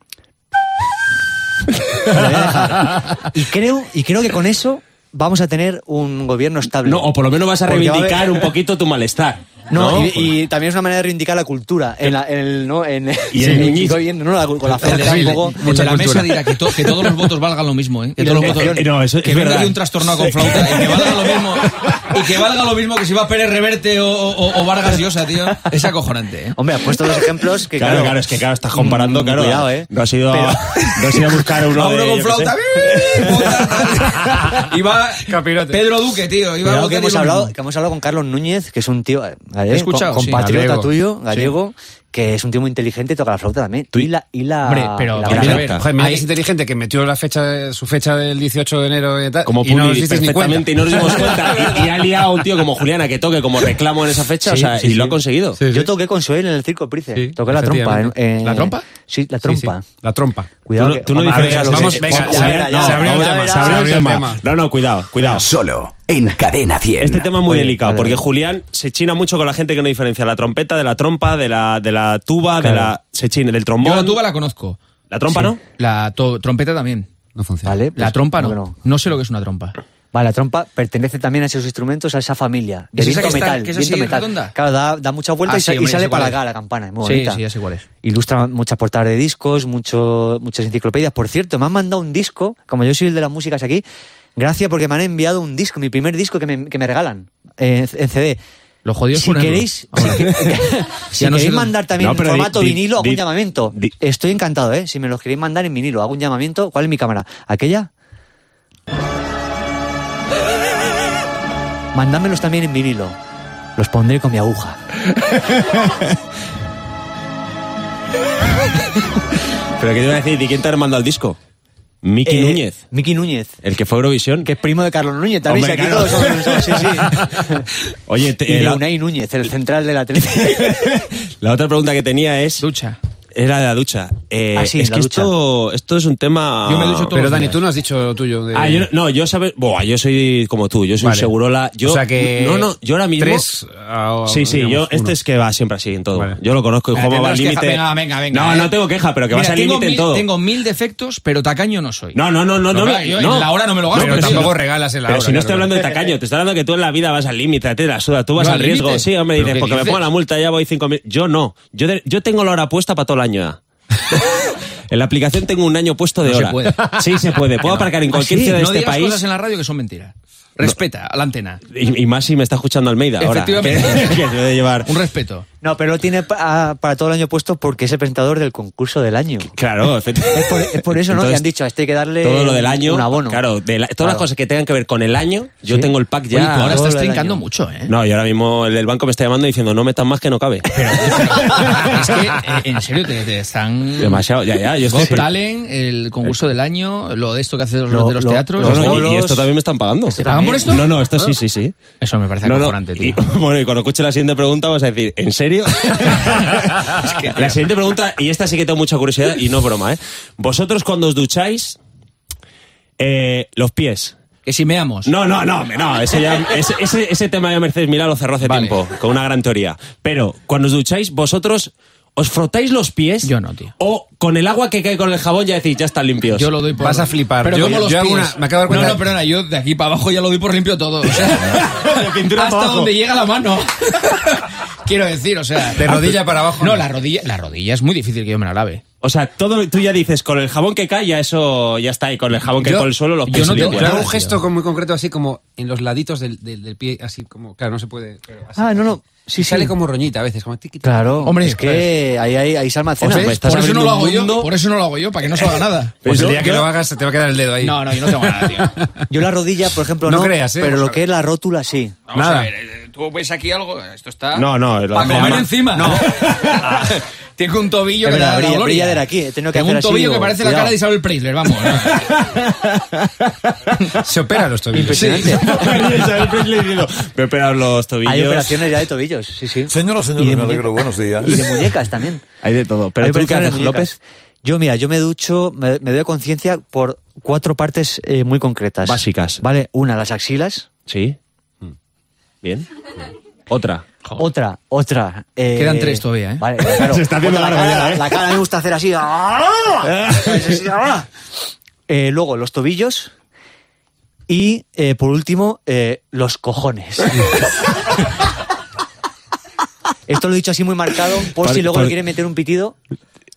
B: Me la voy a dejar. Y creo, y creo que con eso vamos a tener un gobierno estable.
A: No, o por lo menos vas a
B: Porque va a haber-
A: reivindicar un pues- poquito tu malestar.
B: No, y, y también es una manera de reivindicar la cultura. En la, en el, ¿no? En,
A: Y el
B: en-
A: niñismo.
B: estoy viendo, ¿no? La- con la
H: El de
B: flauta
H: la,
B: un poco.
H: el de la mesa dirá que, to- que todos los votos valgan lo mismo, ¿eh? Que todos los votos,
A: Eh, eh, no, eso es
H: que venga
A: verdad.
H: de un trastornado con flauta y que valga lo mismo y que valga lo mismo que si va Pérez Reverte o, o- o Vargas Llosa, tío. Es acojonante, ¿eh?
B: Hombre, has puesto dos ejemplos que
A: Claro, claro, es que claro, estás comparando,
B: Mm,
A: claro.
B: cuidado, ¿eh?
A: No has ido, a- no has ido a buscar uno,
H: A uno
A: de,
H: con
A: yo qué sé.
H: flauta. puta, tal. Iba
G: Capirote.
H: Pedro Duque, tío. Iba a
B: Cuidado que
H: votar y
B: hemos,
H: lo
B: hablado,
H: mismo.
B: que hemos hablado con Carlos Núñez, que es un tío eh, gallego,
H: escuchado,
B: con-
H: sí.
B: compatriota
G: Gallego,
B: tuyo, gallego, que es un tío muy inteligente y toca la flauta también. Tú y la... Y la
H: Hombre, pero-
B: la
H: pero
B: gran-
H: a ver,
G: Joder, mira
H: ahí-
G: que es inteligente que metió la fecha, su fecha del 18 de enero y tal.
A: Como
G: y no
A: Puli,
G: os disteis ni
A: perfectamente, y
G: cuenta.
A: no nos dimos cuenta. Y, y ha liado a un tío como Juliana que toque como reclamo en esa fecha, o sea, y lo ha conseguido.
G: Sí, sí.
B: Yo toqué con Soel en el Circo Price.
G: Sí,
B: toqué la trompa.
G: efectivamente.
B: en- en-
G: ¿La trompa?
B: Sí, la
G: Sí, sí,
B: trompa.
G: La trompa.
B: Cuidado
A: Tú no-
B: que-
A: tú no
B: Hombre,
A: dices-
B: ahora lo
A: vamos,
B: sé.
G: venga,
B: Ya
G: se
B: verá,
G: abrió-
B: ya
G: se
B: verá,
G: abrió el
B: ya
G: tema,
B: verá.
G: se abrió el tema.
A: No, no, cuidado, cuidado.
D: Solo en Cadena 100.
A: Este tema es muy
B: Oye,
A: delicado,
B: vale.
A: porque Julián se china mucho con la gente que no diferencia la trompeta de la trompa, de la, de la tuba, de la. Se china, del
H: Yo la
A: trombón.
H: tuba la conozco.
A: La trompa, ¿no?
H: Eh, La to- trompeta también.
G: No funciona.
B: Vale,
H: La
B: pues,
H: trompa no.
B: ¿cómo
H: no.
B: que
H: sé lo que es una trompa.
B: Vale, la trompa pertenece también a esos instrumentos, a esa familia. De
H: ¿Es esa
B: viento
H: que está-
B: metal.
H: que es
B: viento
H: así,
B: metal.
H: redonda?
B: Claro, da, da muchas vueltas
H: Ah,
B: y, sa-
H: sí,
B: y
H: hombre, ya sé
B: sale
H: cuál
B: para
H: es.
B: acá la campana. Es muy
H: Sí,
B: bonita.
H: sí, ya sé cuál es.
B: Ilustra muchas portadas de discos, mucho, muchas enciclopedias. Por cierto, me han mandado un disco, como yo soy el de las músicas aquí, gracias porque me han enviado un disco, mi primer disco que me, que me regalan eh, en CD.
H: Lo jodido es
B: Si
H: ponerlo.
B: queréis,
H: Ahora.
B: si, si
H: Ya no sé
B: queréis
H: dónde-
B: mandar también
A: No,
B: en
A: pero di-
B: formato
A: di-
B: vinilo, hago
A: di-
B: un llamamiento.
A: di-
B: Estoy encantado, ¿eh? Si me los queréis mandar en vinilo, hago un llamamiento. ¿Cuál es mi cámara? ¿Aquella? Mandádmelos también en vinilo. Los pondré con mi aguja.
A: Pero que te iba a decir, ¿y quién te ha mandado el disco? Miki
B: Eh,
A: Núñez,
B: Miki Núñez.
A: el que fue a Eurovisión.
B: Que es primo de Carlos Núñez también.
A: Hombre,
B: si aquí
A: claro.
B: todos son- son- sí, sí.
A: Oye, te-
B: Y
A: eh,
B: de
A: la,
B: Unai Núñez, el central del Atlético.
A: la otra pregunta que tenía es.
H: Ducha.
A: Era de la ducha. Eh,
B: Ah, sí,
A: es
B: la
A: que
B: ducha.
A: Esto, esto es un tema.
H: Yo me ducho todos
G: Pero
H: los
G: Dani,
H: días.
G: tú no has dicho lo tuyo. de-
A: Ah, yo, no, yo sabes, buah, yo soy como tú, yo soy
G: Vale.
A: un segurola. Yo,
G: o sea que.
A: no, no, yo ahora mismo.
G: Tres. a-
A: Sí, sí,
G: digamos,
A: yo,
G: uno.
A: este es que va siempre así en todo.
G: Vale.
A: Yo lo conozco y
H: Ah,
A: Juanma va al
H: tendrás
A: límite.
H: queja. Venga, venga, venga,
A: No,
H: eh.
A: no tengo queja, pero que vas
H: Mira,
A: al
H: tengo
A: límite en
H: mil-
A: todo.
H: Tengo mil defectos, pero tacaño no soy.
A: No, no, no, no, no.
H: claro,
A: no,
H: yo
A: no.
H: en la hora no me lo gasto,
G: Pero
H: pero sí.
G: tampoco regalas el
A: Pero si no estoy hablando de tacaño, te estoy hablando que tú en la vida vas al límite, a ti te la suda, tú vas
H: ¿Yo
A: al
H: al
A: riesgo.
H: límite?
A: Sí, hombre,
H: ¿Pero
A: dices,
H: qué
A: porque me
H: dices?
A: pongo la multa, ya voy 5.000. Yo no. Yo, de- yo tengo la hora puesta para todo el año. ya. en la aplicación tengo un año puesto de
H: No se
A: hora.
H: puede.
A: Sí, se puede. Puedo aparcar en cualquier
H: Sí,
A: ciudad de
H: no
A: este
H: digas
A: país.
H: cosas en la radio que son mentiras. Respeta a la antena.
A: Y, y más si me está escuchando Almeida ahora.
H: Efectivamente.
A: Que, que debe llevar.
H: Un respeto.
B: No, pero lo tiene pa- ah, para todo el año puesto porque es el presentador del concurso del año.
A: Claro,
B: Es por, es por eso, ¿no? que han dicho, a este hay que darle
A: todo lo del año.
B: un abono.
A: Claro, de la- todas las
B: Claro.
A: cosas que tengan que ver con el año, yo
B: Sí.
A: tengo el pack
H: Oye, tú
A: ya.
H: ahora
B: todo
H: estás
B: lo del
H: trincando
B: año.
H: mucho, ¿eh?
A: No, y ahora mismo el del banco me está llamando diciendo no metas más que no cabe.
H: Es que, eh, en serio, te, te están...
A: Demasiado, ya, ya. Yo
H: Got
A: estoy-
H: Talent, el concurso del año, lo de esto que haces de los,
B: Lo-
H: de los
B: lo-
H: teatros.
A: No,
B: los
A: no, y-
B: bolos.
A: y, esto también me están pagando.
H: ¿Te pagan por esto?
A: No, no, esto sí, sí, sí.
H: Eso me parece
A: No, no,
H: acojonante,
A: y-
H: tío.
A: bueno, y cuando escuche la siguiente pregunta vas a decir, ¿en serio? la siguiente pregunta, y esta sí que tengo mucha curiosidad y no broma, ¿eh? Vosotros cuando os ducháis, eh, los pies.
H: Que si meamos.
A: No, no, no, hombre, no. Ese, ya- ese, ese- ese tema de Mercedes Milá lo cerró hace
H: Vale.
A: tiempo, con una gran teoría. Pero cuando os ducháis, vosotros os frotáis los pies.
H: Yo no, tío.
A: O con el agua que cae con el jabón ya decís, ya están limpios.
H: Yo lo doy por...
G: Vas a flipar.
H: Pero
G: Yo-
H: como los
G: yo hago
H: pies.
G: una- me acabo de dar cuenta-
H: No, no, perdona, yo de aquí para abajo ya lo doy por limpio todo. O sea,
A: De pintura
H: hasta
A: para abajo.
H: donde llega la mano. Quiero decir, o sea... ah,
G: De rodilla para abajo,
H: No,
G: no.
H: la rodilla, la rodilla es muy difícil que yo me la lave.
A: O sea, todo tú ya dices, con el jabón que cae, ya eso ya está ahí. Con el jabón que
H: Yo-
A: cae con el suelo, los
H: yo
A: pies
H: no
A: se
H: tengo-
A: limpian.
G: Yo hago un
H: Claro,
G: gesto
H: tío.
G: como muy concreto, así como en los laditos del, del- del pie, así como, claro, no se puede. pero así.
B: Ah, no, no.
G: Y
B: Sí,
G: sale
B: sí.
G: como roñita a veces, como tiqui, tiqui.
B: Claro.
H: Hombre,
B: es que ahí, ahí, ahí se almacena.
A: Pues, pues, Estás
H: por eso no
A: abriendo
H: lo
A: un
H: hago yo,
A: mundo.
H: por eso no lo hago yo, para que no salga nada.
G: Pues el
A: Yo-
G: día que
A: yo-
G: lo hagas se te va a quedar el dedo ahí.
H: No, no, yo no tengo nada, tío.
B: Yo la rodilla, por ejemplo, no,
G: No creas, ¿eh?
B: pero
G: Vamos
B: lo
G: a
B: que es la rótula, sí.
H: Vamos
G: Nada.
H: a ver, eh, tú ves aquí algo, esto está...
A: No, no, lo-
H: Para
A: me
H: comer
A: llama-
H: encima. No. Tengo un tobillo
B: Es
H: que
B: verdad,
H: da la
B: brilla-
H: gloria.
B: brilla de aquí, he tenido que
H: Tengo
B: hacer
H: un
B: así,
H: tobillo que
B: digo,
H: parece la
B: cuidado.
H: cara de Isabel Preisler, vamos.
G: Se opera los tobillos.
B: Impresionante.
A: Isabel Presley diciendo, Me he operado los tobillos.
B: Hay operaciones ya de tobillos, sí, sí.
I: Señora,
B: Y de
I: señora, me
B: muñeca.
I: alegro. Buenos días.
B: Y de muñecas también.
A: Hay de todo.
B: Hay
A: Pero tú qué
B: operaciones
A: haces,
B: de muñecas.
A: López.
B: Yo, mira, yo me ducho, me, me doy conciencia por cuatro partes eh, muy concretas.
A: Básicas.
B: Vale, una, las axilas.
A: Sí. Mm. Bien. Otra.
B: Otra, otra. eh,
H: Quedan tres todavía, ¿eh?
B: Vale, claro.
A: Se está haciendo
B: Otra,
A: largo
B: cara,
A: ya, ¿eh?
B: La cara me gusta hacer así. ¡ah! Es así, ¡ah! Eh, luego, los tobillos. Y, eh, por último, eh, los cojones. Esto lo he dicho así muy marcado, por
A: Pare-
B: si luego
A: pare-
B: le quieren meter un pitido.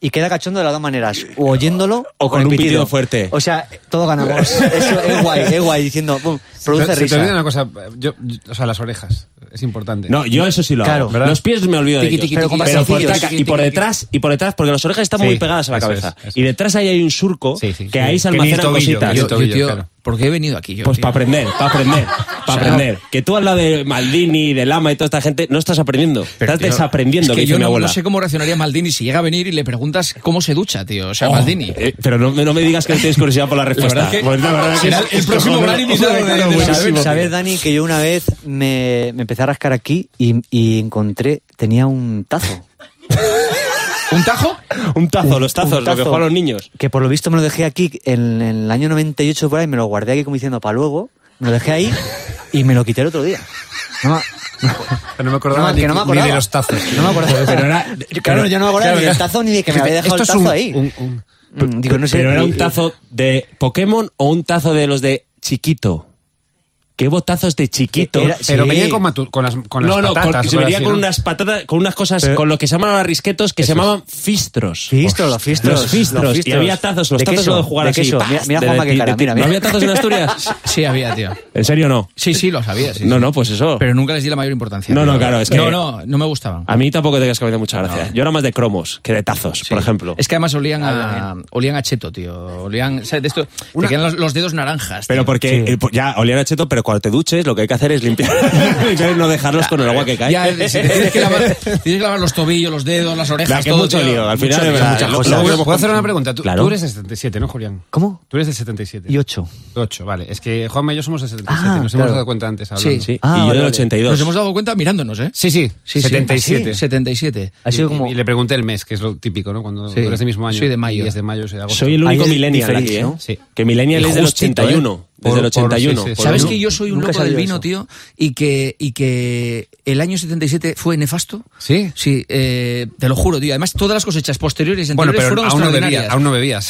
B: Y queda cachondo de las dos maneras, o oyéndolo
A: Eh,
B: o con,
A: con
B: el
A: un pitido fuerte.
B: O sea, todo ganamos. Eso es guay, es guay, diciendo, pum,
G: Se,
B: produce
G: se te
B: risa.
G: olvida una cosa, yo- yo- o sea, las orejas, es importante.
A: No, yo eso sí lo
B: Claro.
A: hago.
B: ¿Verdad?
A: Los pies me olvido
B: Tiqui,
A: de
B: tiqui,
A: ellos. pero
B: tiqui,
A: por
B: tiqui,
A: detrás
G: tiqui,
A: y por
G: tiqui,
A: detrás y por detrás porque las orejas están muy
G: Sí,
A: pegadas a la
G: eso
A: cabeza.
G: es, eso
A: y detrás ahí hay un surco
G: Sí, sí,
A: que
G: sí.
A: ahí se
G: Que ni el
A: almacenan
G: tobillo,
A: cositas.
G: que ni el tobillo.
H: tío,
G: claro.
H: ¿por qué he venido aquí yo?
A: Pues
H: tío?
A: para aprender, para aprender, para
H: sea,
A: aprender. Que tú al lado de Maldini, de Lama y toda esta gente, no estás aprendiendo.
H: Pero,
A: estás
H: tío,
A: desaprendiendo,
H: es
A: que,
H: que
A: dice
H: yo
A: mi
H: no,
A: abuela.
H: no sé cómo reaccionaría Maldini si llega a venir y le preguntas cómo se ducha, tío. O sea,
A: Oh,
H: Maldini.
A: eh, pero no, no me digas que no tienes curiosidad por la respuesta.
H: verdad es que
A: Pues la verdad es que
H: será
A: es-
H: el
A: es
H: próximo
A: cojonudo.
H: gran invitado de- de- de-
A: Buenísimo.
B: ¿Sabes, Dani, que yo una vez me, me empecé a rascar aquí y, y encontré, tenía un tazo.
H: ¿Un tajo?
A: Un tazo, los tazos,
B: Un
A: lo que
B: tazo
A: juegan los niños.
B: Que por lo visto me lo dejé aquí en, en el año 98 por ahí, me lo guardé aquí como diciendo para luego, me lo dejé ahí y me lo quité el otro día. No, me-
G: Pero no me acordaba,
B: no,
G: ni,
B: que no me
G: ni
B: acordaba.
G: de los tazos.
B: no me acuerdo.
A: Pero era-
B: claro, yo no me acordaba
A: claro,
B: ni del tazo ni de que me había dejado
G: Esto
B: el
G: es
B: tazo
G: un-
B: ahí.
G: un- un-
B: Mm, Digo, no sé.
A: Pero era un tazo de Pokémon o un tazo de los de chiquito. ¿Qué botazos de chiquito?
B: Era-
G: Pero
B: Sí.
G: venía con, matu- con las, con las
A: no, no,
G: patatas.
A: con- se
G: o algo
A: venía
G: así,
A: con
G: ¿no?
A: unas patatas, con unas cosas,
B: Pero-
A: con lo que se llamaban risquetos, que se llamaban fistros.
B: Fistros, los fistros.
A: los fistros. Y había tazos, los
B: De
A: tazos
B: queso,
A: lo de jugar
B: de
A: así.
B: queso.
A: ¡pah!
B: Mira, mira
A: de-
B: Juanma
A: de-
B: que
A: de-
B: cara, mira,
A: ¿No
B: mira.
A: había tazos en Asturias?
H: Sí, había, tío.
A: ¿En serio no?
H: Sí, sí, lo sabía. sí,
A: No,
H: sí.
A: no, pues eso.
H: Pero nunca les di la mayor importantencia.
A: No, no,
H: tío.
A: claro, es que-
H: No, no, no me gustaban.
A: A mí tampoco te creas que me dio mucha gracia. Yo era más de cromos que de tazos, por ejemplo.
H: Es que además olían a, olían a cheto, tío. Olían, o sea, de esto, te quedan los, los dedos naranjas.
A: Pero
H: tío.
A: porque eh, po- ya olían a cheto, pero cuando te duches lo que hay que hacer es limpiar, limpiar y no dejarlos con el agua que cae.
H: Ya, si te tienes, que lavar, tienes que lavar los tobillos, los dedos, las orejas,
A: Nah, que es
H: todo,
A: mucho
H: tío.
A: lío, al final
H: Mucho
A: es
H: lío,
A: verdad,
H: muchas
A: lo-
H: cosas.
A: lo-
G: ¿Puedo hacer una pregunta? Tú,
A: Claro.
G: tú eres del 77, ¿no, Julián?
B: ¿Cómo?
G: Tú eres del 77.
B: Y ocho.
G: 8, vale. Es que Juanma y yo somos del 77.
B: Ah,
G: nos hemos
B: claro.
G: dado cuenta antes hablando.
H: Sí, sí.
A: Sí,
B: Ah,
A: y yo
B: vale,
A: del
B: vale.
A: 82.
H: Nos hemos dado cuenta mirándonos, ¿eh?
G: Sí, sí.
H: Sí, sí.
G: 77.
H: Sí, 77.
B: Ha sido como...
G: Y le pregunté el mes, que es lo típico, ¿no? Cuando
H: Sí.
G: tú eres de mismo año.
H: Soy de mayo.
G: Y es de mayo, soy de agosto.
A: Soy el
B: Ahí
A: único
B: es
A: millennial
B: diferente,
A: aquí, ¿eh?
B: ¿no?
G: Sí.
A: Que millennial
G: Y
A: es del
G: justito,
A: 81.
G: ¿eh? Por-
A: desde el 81.
G: por- sí, sí,
A: por
H: ¿Sabes
A: eso.
G: Nunca-
H: que yo soy un
B: nunca
H: loco del
B: sabía
H: vino,
B: eso.
H: tío? Y que, y que el año 77 fue nefasto.
G: ¿Sí?
H: Sí, eh, te lo juro, tío. Además, todas las cosechas posteriores y
G: Bueno,
H: anteriores
G: pero
H: fueron
G: aún no
H: extraordinarias.
G: bebías. Aún no bebías.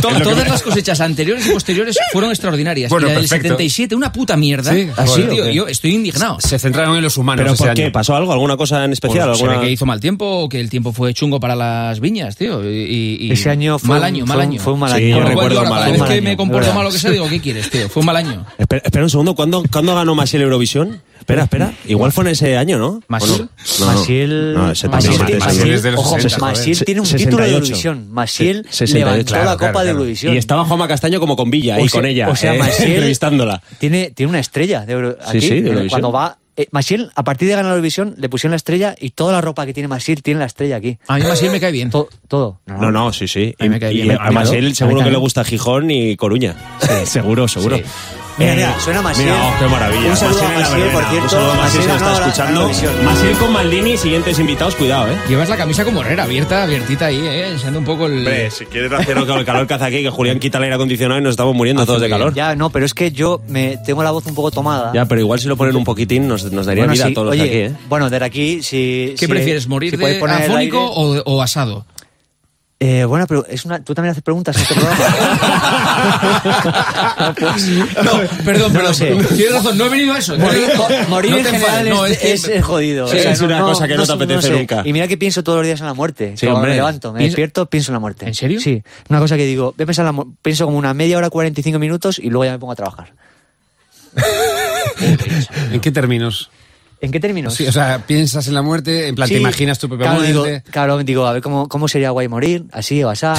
H: to- to- todas las cosechas anteriores y posteriores fueron extraordinarias.
G: Bueno,
H: y la del
G: perfecto.
H: 77, una puta mierda.
G: Sí,
H: Así,
G: joder,
H: tío,
G: ok.
H: yo estoy indignado.
G: Se centraron en los humanos
A: ¿Pero
G: ese
A: por qué?
G: año.
A: ¿Pasó algo? ¿Alguna cosa en especial?
H: Bueno, se ve
A: ¿Alguna-
H: que hizo mal tiempo o que el tiempo fue chungo para las viñas, tío. Y, y- y-
B: Ese año fue
H: mal
B: un-
H: año, mal
B: fue un-
H: año.
B: fue un mal
A: Sí, año. yo
H: Con lo cual,
A: recuerdo
H: ahora
A: mal
H: cada
A: año.
H: vez que
B: Mal
H: me
B: año,
H: comporto
B: verdad.
H: malo lo que sea, digo, ¿qué quieres, tío? Fue un mal año.
A: Espera, espera un segundo, ¿cuándo, ¿cuándo ganó Maciel Eurovisión? Espera, espera. Igual fue en ese año, ¿no?
H: ¿Maciel?
A: ¿O no? No, no.
B: Masiel.
A: No, ese también
G: Masiel-
A: es antes.
G: Masiel es de los
B: ojo,
G: 60, joder.
B: Masiel tiene un
A: Se-
B: título de
A: 68.
B: Eurovisión. Masiel
A: Se- 68.
B: levantó
A: Claro,
B: la Copa
G: claro,
B: de
G: claro.
B: Eurovisión.
A: Y este estaba Juanma Castaño como con Villa y
B: sea-
A: con ella,
B: O sea,
A: eh,
B: Maciel
A: entrevistándola.
B: Tiene, tiene una estrella de Euro,
A: Sí, sí,
B: aquí,
A: de Eurovisión.
B: Cuando va. eh, Maciel, a partir de ganar Eurovisión, le pusieron la estrella y toda la ropa que tiene Maciel tiene la estrella aquí.
H: A mí Maciel me cae bien.
B: To- todo.
A: Mm. No, no, sí, sí.
H: A mí me cae bien.
A: Y, a Maciel
H: A mí
A: seguro que
H: también.
A: le gusta Gijón y Coruña. seguro, seguro.
H: Sí.
B: Mira, mira, suena Maciel.
A: Mira, oh, qué maravilla.
B: Un saludo
A: en
B: a
A: la
B: Maciel,
A: verbena.
B: por cierto.
A: Un saludo a Maciel, si
B: Maciel
A: nos está
B: ganó la- la
A: escuchando.
B: Eurovisión.
A: Maciel con Maldini, siguientes invitados, cuidado, eh.
H: Llevas la camisa como era, abierta, abiertita ahí, ¿eh? Enseñando un poco el...
A: Hombre, si quieres hacerlo con el calor que hace aquí, que Julián quita el aire acondicionado y nos estamos muriendo todos de
H: muy bien.
A: calor. Ya,
B: Ya, no, pero es que yo me tengo la voz un poco tomada.
A: pero igual si lo ponen un poquitín nos, nos daría
B: Bueno,
A: vida
B: sí,
A: a todos
B: oye,
A: los de aquí, ¿eh?
B: bueno, desde aquí, si.
H: ¿Qué
B: si-
H: prefieres, morir
B: si podéis
H: de
B: poner el
H: afónico
B: aire-
H: o, o asado?
B: Eh, bueno, pero es una, tú también haces preguntas en este programa. No, pues-
H: No, perdón,
B: No
H: perdón.
B: lo sé.
H: Tienes razón, no he venido a eso.
B: Morir,
H: No,
B: mo- morir
H: no
B: en
H: te
B: general
H: enfades, no,
B: es,
H: que-
B: es- es jodido.
A: Sí, es una cosa que no te apetece nunca.
B: Y mira que pienso todos los días en la muerte.
A: Sí,
B: Cuando
A: hombre.
B: me levanto, me
H: Piensa-
B: despierto, pienso en la muerte.
H: ¿En serio?
B: Sí. Una cosa que digo, voy a pensar en la mu- pienso como una media hora, 45 minutos y luego ya me pongo a trabajar.
G: ¿En qué términos?
B: ¿En qué términos?
G: Sí, o sea, piensas en la muerte, en plan,
B: Sí,
G: te imaginas tu propia
B: claro, digo,
G: muerte.
B: Claro, digo, a ver cómo, cómo sería guay morir, así o asá.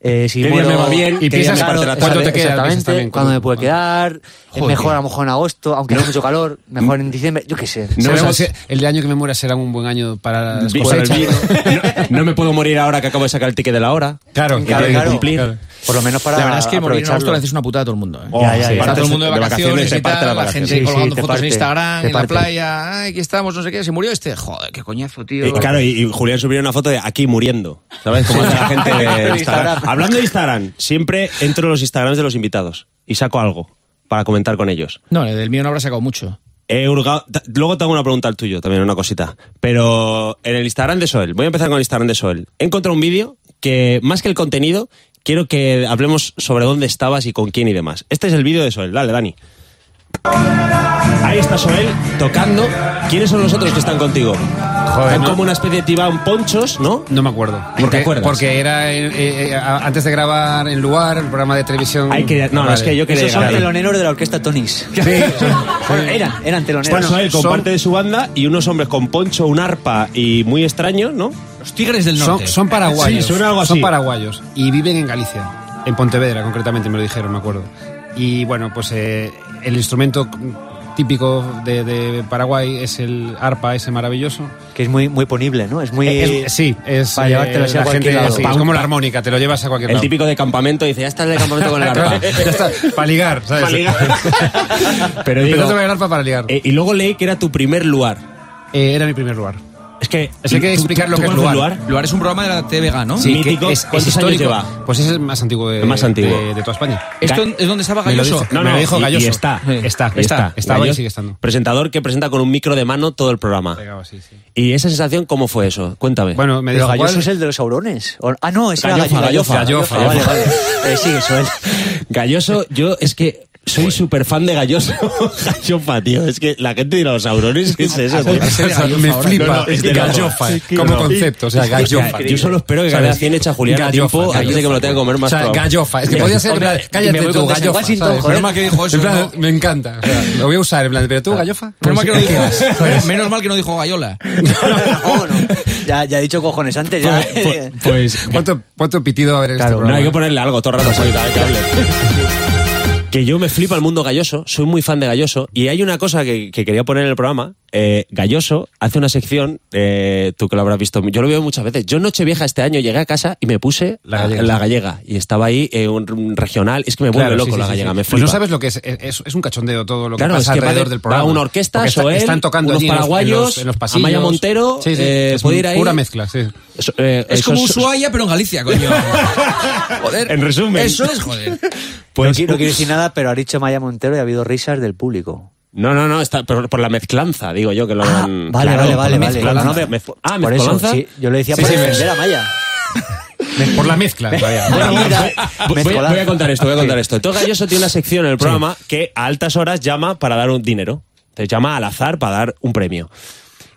B: Eh, si
A: ¿Qué día
B: muero-
A: me va bien? ¿Qué
B: Y
A: día
B: piensas,
A: me parte la
G: tarde?
B: exacta-
G: ¿Cuánto te queda? Piensas
B: Exactamente,
G: también,
B: cuándo me
G: ¿cómo?
B: puede quedar, es
H: Joder.
B: mejor a lo mejor en agosto, aunque no haga mucho calor, mejor en diciembre, yo qué sé.
G: No
B: ¿sabes?
G: sabemos si el de año que me muera será un buen año para las
A: Vi-
G: cosechas.
A: no, no me puedo morir ahora que acabo de sacar el ticket de la hora.
G: Claro,
A: que
B: Claro,
A: tiene que
B: claro.
A: cumplir.
G: claro.
B: Por lo menos para
H: la verdad es que morir en agosto
B: aprovecharlo.
H: le haces una putada a todo el mundo. ¿eh?
A: Oh,
B: Ya, ya,
A: sí,
B: ya.
H: Está
A: partes-
H: todo el mundo de vacaciones,
A: te
H: y
A: parte
H: tal, la,
A: vacación.
H: gente
B: Sí, sí,
H: colgando
B: te
H: fotos
B: parte,
H: en Instagram,
B: te
H: en la
B: parte.
H: playa, ay, aquí estamos, no sé qué, se murió este. Joder, qué coñazo, tío.
A: Y claro, y, y Julián subió una foto de aquí muriendo. ¿Sabes cómo hace la gente de Instagram?
B: Instagram.
A: Hablando de Instagram, siempre entro en los Instagrams de los invitados y saco algo para comentar con ellos.
H: No, del mío no habrá sacado mucho.
A: He hurgado- Eh, ta- Luego te hago una pregunta al tuyo también, una cosita. Pero en el Instagram de Soel, voy a empezar con el Instagram de Soel. He encontrado un vídeo que, más que el contenido, quiero que hablemos sobre dónde estabas y con quién y demás. Este es el vídeo de Soel. Dale, Dani. Ahí está Soel tocando. ¿Quiénes son los otros que están contigo?
G: Joder,
A: Están
G: no.
A: como una especie de tibán ponchos, ¿no?
G: No me acuerdo.
A: ¿Te acuerdas?
G: Porque era eh, eh, a- antes de grabar en lugar, el programa de televisión.
A: Hay que- no, no, es que yo quería
B: Esos son
A: llegar ahí.
B: teloneros de la orquesta Tonis. Bueno, eran, eran teloneros.
A: eh, Bueno, Soel con
G: son-
A: parte de su banda y unos hombres con poncho, un arpa y muy extraños, ¿no?
H: Los Tigres del
G: Son,
H: Norte.
G: son paraguayos.
A: Sí, suena algo así.
G: Son paraguayos. Y viven en Galicia. En Pontevedra, concretamente, me lo dijeron, me acuerdo. Y bueno, pues eh, el instrumento típico de, de Paraguay es el arpa, ese maravilloso.
B: Que es muy, muy ponible, ¿no? Es muy...
A: Eh,
G: Es- sí, es, eh,
B: Para llevártelo así a
G: la
B: cualquier
G: gente-
B: lado.
G: sí, es como la armónica, te lo llevas a cualquier
A: El
G: lado.
A: típico de campamento dice, ya está el de campamento con el arpa.
G: para ligar, ¿sabes?
A: Pa' ligar. Pero
G: Empecé
A: digo,
G: a tocar el arpa para ligar.
A: Eh, y luego leí que era tu primer lugar.
G: Eh, era mi primer lugar.
A: Es que.
G: Es que hay que
A: ¿tú-
G: explicar
A: tú-
G: lo
A: tú
G: que es
A: conoces
G: lugar?
H: Luar es un programa de la TVG, ¿no?
A: Sí. Mítico.
G: Que es,
A: ¿Cuántos
G: es
A: años
G: histórico.
A: lleva?
G: Pues ese es el más antiguo de,
A: El más antiguo.
G: de, de toda España.
H: ¿Esto
A: Ga-
H: es donde estaba
G: Me lo
H: Galloso?
G: dice- No, no,
A: y-
G: dijo Galloso.
A: Y está.
G: Sí. Está,
A: Y
G: está, estaba
A: Gallos,
G: y sigue estando.
A: Presentador que presenta con un micro de mano todo el programa.
G: Pegaba, sí, sí.
A: ¿Y esa sensación cómo fue eso? Cuéntame.
G: Bueno, me
B: Pero
G: dijo,
B: Galloso
G: ¿cuál?
B: es el de los aurones. O- Ah, no, es
A: Gallofa, Gallofa,
B: Gallofa,
A: Gallofa.
B: Vale, vale. Eh, sí, eso es.
A: Galloso, yo es que. Soy súper fan de Galloso. Gallofa, tío. Es que la gente dirá los aurones. ¿Qué es eso, tío?
G: Es el- me flipa
A: No, no, es que
G: gallofa
A: no.
G: eh, como concepto, o sea, gallofa.
A: Yo solo espero que cada
G: ¿Sabes?
A: 100 echa Julián a
G: Gallofa,
A: tiempo antes de que me lo tenga que comer más
G: O sea,
A: pro.
G: gallofa. Es que podía ser, en plan,
B: y me
G: cállate
B: voy con
G: tú,
B: Denzel
G: gallofa.
B: Washington,
G: ¿sabes?
B: joder.
G: Menos mal
H: dijo eso,
G: En plan,
H: ¿no?
G: Me encanta. o sea, Lo voy a usar, en plan, pero tú, gallofa.
A: Pues
H: Menos mal que no
G: ¿Qué
H: dijo-
G: vas?
H: Menos mal que no dijo Gallola.
B: Oh, no. Ya, ya he dicho cojones antes. Ya.
A: Pues
G: ¿Cuánto, ¿Cuánto pitido va a haber en este
B: Claro.
A: No,
G: programa?
A: hay que ponerle algo todo el rato soy, cada vez que hable. Que yo me flipa el mundo galloso, soy muy fan de galloso, y hay una cosa que, que quería poner en el programa. eh, galloso hace una sección, eh, tú que lo habrás visto, yo lo veo muchas veces. Yo en Nochevieja este año llegué a casa y me puse
G: La
A: a-
G: gallega.
A: la gallega, y estaba ahí eh, un, un regional, es que me vuelve
G: Claro, sí,
A: loco
G: sí,
A: la
G: sí,
A: gallega,
G: sí.
A: me
G: Pues
A: flipa.
G: no sabes lo que es, es, es un cachondeo todo lo que
A: Claro, es
G: pasa
A: que va
G: alrededor
A: de-
G: del programa.
A: va una orquesta,
G: Porque
A: Soel,
G: están tocando
A: unos
G: allí en los- en
A: paraguayos,
G: los, en los pasillos.
A: Amaya Montero,
G: sí, sí,
A: eh,
G: es
A: puede ir ahí.
G: Pura mezcla, sí.
A: Eso, eh,
H: Es como
A: eso-
H: Ushuaia, pero en Galicia, coño. Joder.
A: En resumen.
H: Eso es, joder.
A: pues-
B: no quiero decir nada, pero ha dicho Maya Montero y ha habido risas del público.
A: No, no, no, está por, por la mezclanza, digo yo que lo
B: Ah,
A: han-
B: vale,
A: Claro,
B: vale,
A: por
B: vale,
A: la
B: vale.
A: mezclanza.
B: No, no, me-
A: Mezcl- Ah,
B: por eso,
A: mezclanza.
B: sí, yo le decía
G: Sí,
B: por
G: sí, me-
B: defender a Maya.
G: Por la mezcla. vaya.
B: Buena vida,
A: Voy, voy a-
B: mezcolar.
A: voy a contar esto, voy a contar esto. Entonces Galloso tiene una sección en el programa que a altas horas llama para dar un dinero. Te llama al azar para dar un premio.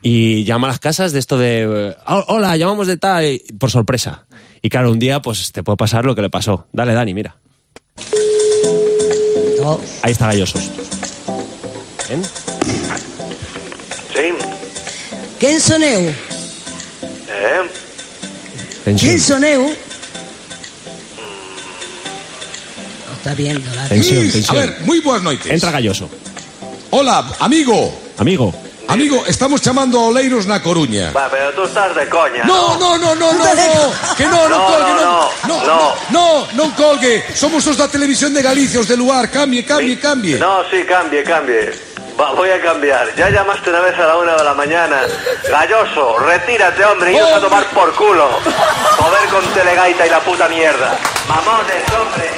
A: Y llama a las casas de esto de... eh, "Oh, Hola, llamamos de tal... y- Por sorpresa. Y claro, un día pues te puede pasar lo que le pasó. Dale, Dani, mira. Ahí está Gallosos. ¿Ven?
J: Sí.
K: Quen son eu?
J: Eh?
K: Quen
A: Tensión.
K: son eu? Lo está viendo, la
A: Tensión, tensión.
L: A ver, muy buenas noites.
A: Entra Galloso.
L: Hola, amigo.
A: Amigo.
L: Amigo, estamos chamando a Oleiros na Coruña.
J: Va, pero tú estás de coña.
L: No, no, no, no, no, no, que no, non
J: No,
L: colgue,
J: no,
L: non,
J: no,
L: no, no, non colgue, somos os da televisión de Galicia, os de Luar, cambie, cambie, cambie.
J: No, sí, cambie, cambie. Va, voy a cambiar. Ya llamaste una vez a la una de la mañana. Galloso, retírate, hombre, y
L: Oh.
J: yo a tomar por culo. Joder con telegaita y la puta mierda. Mamones, hombre.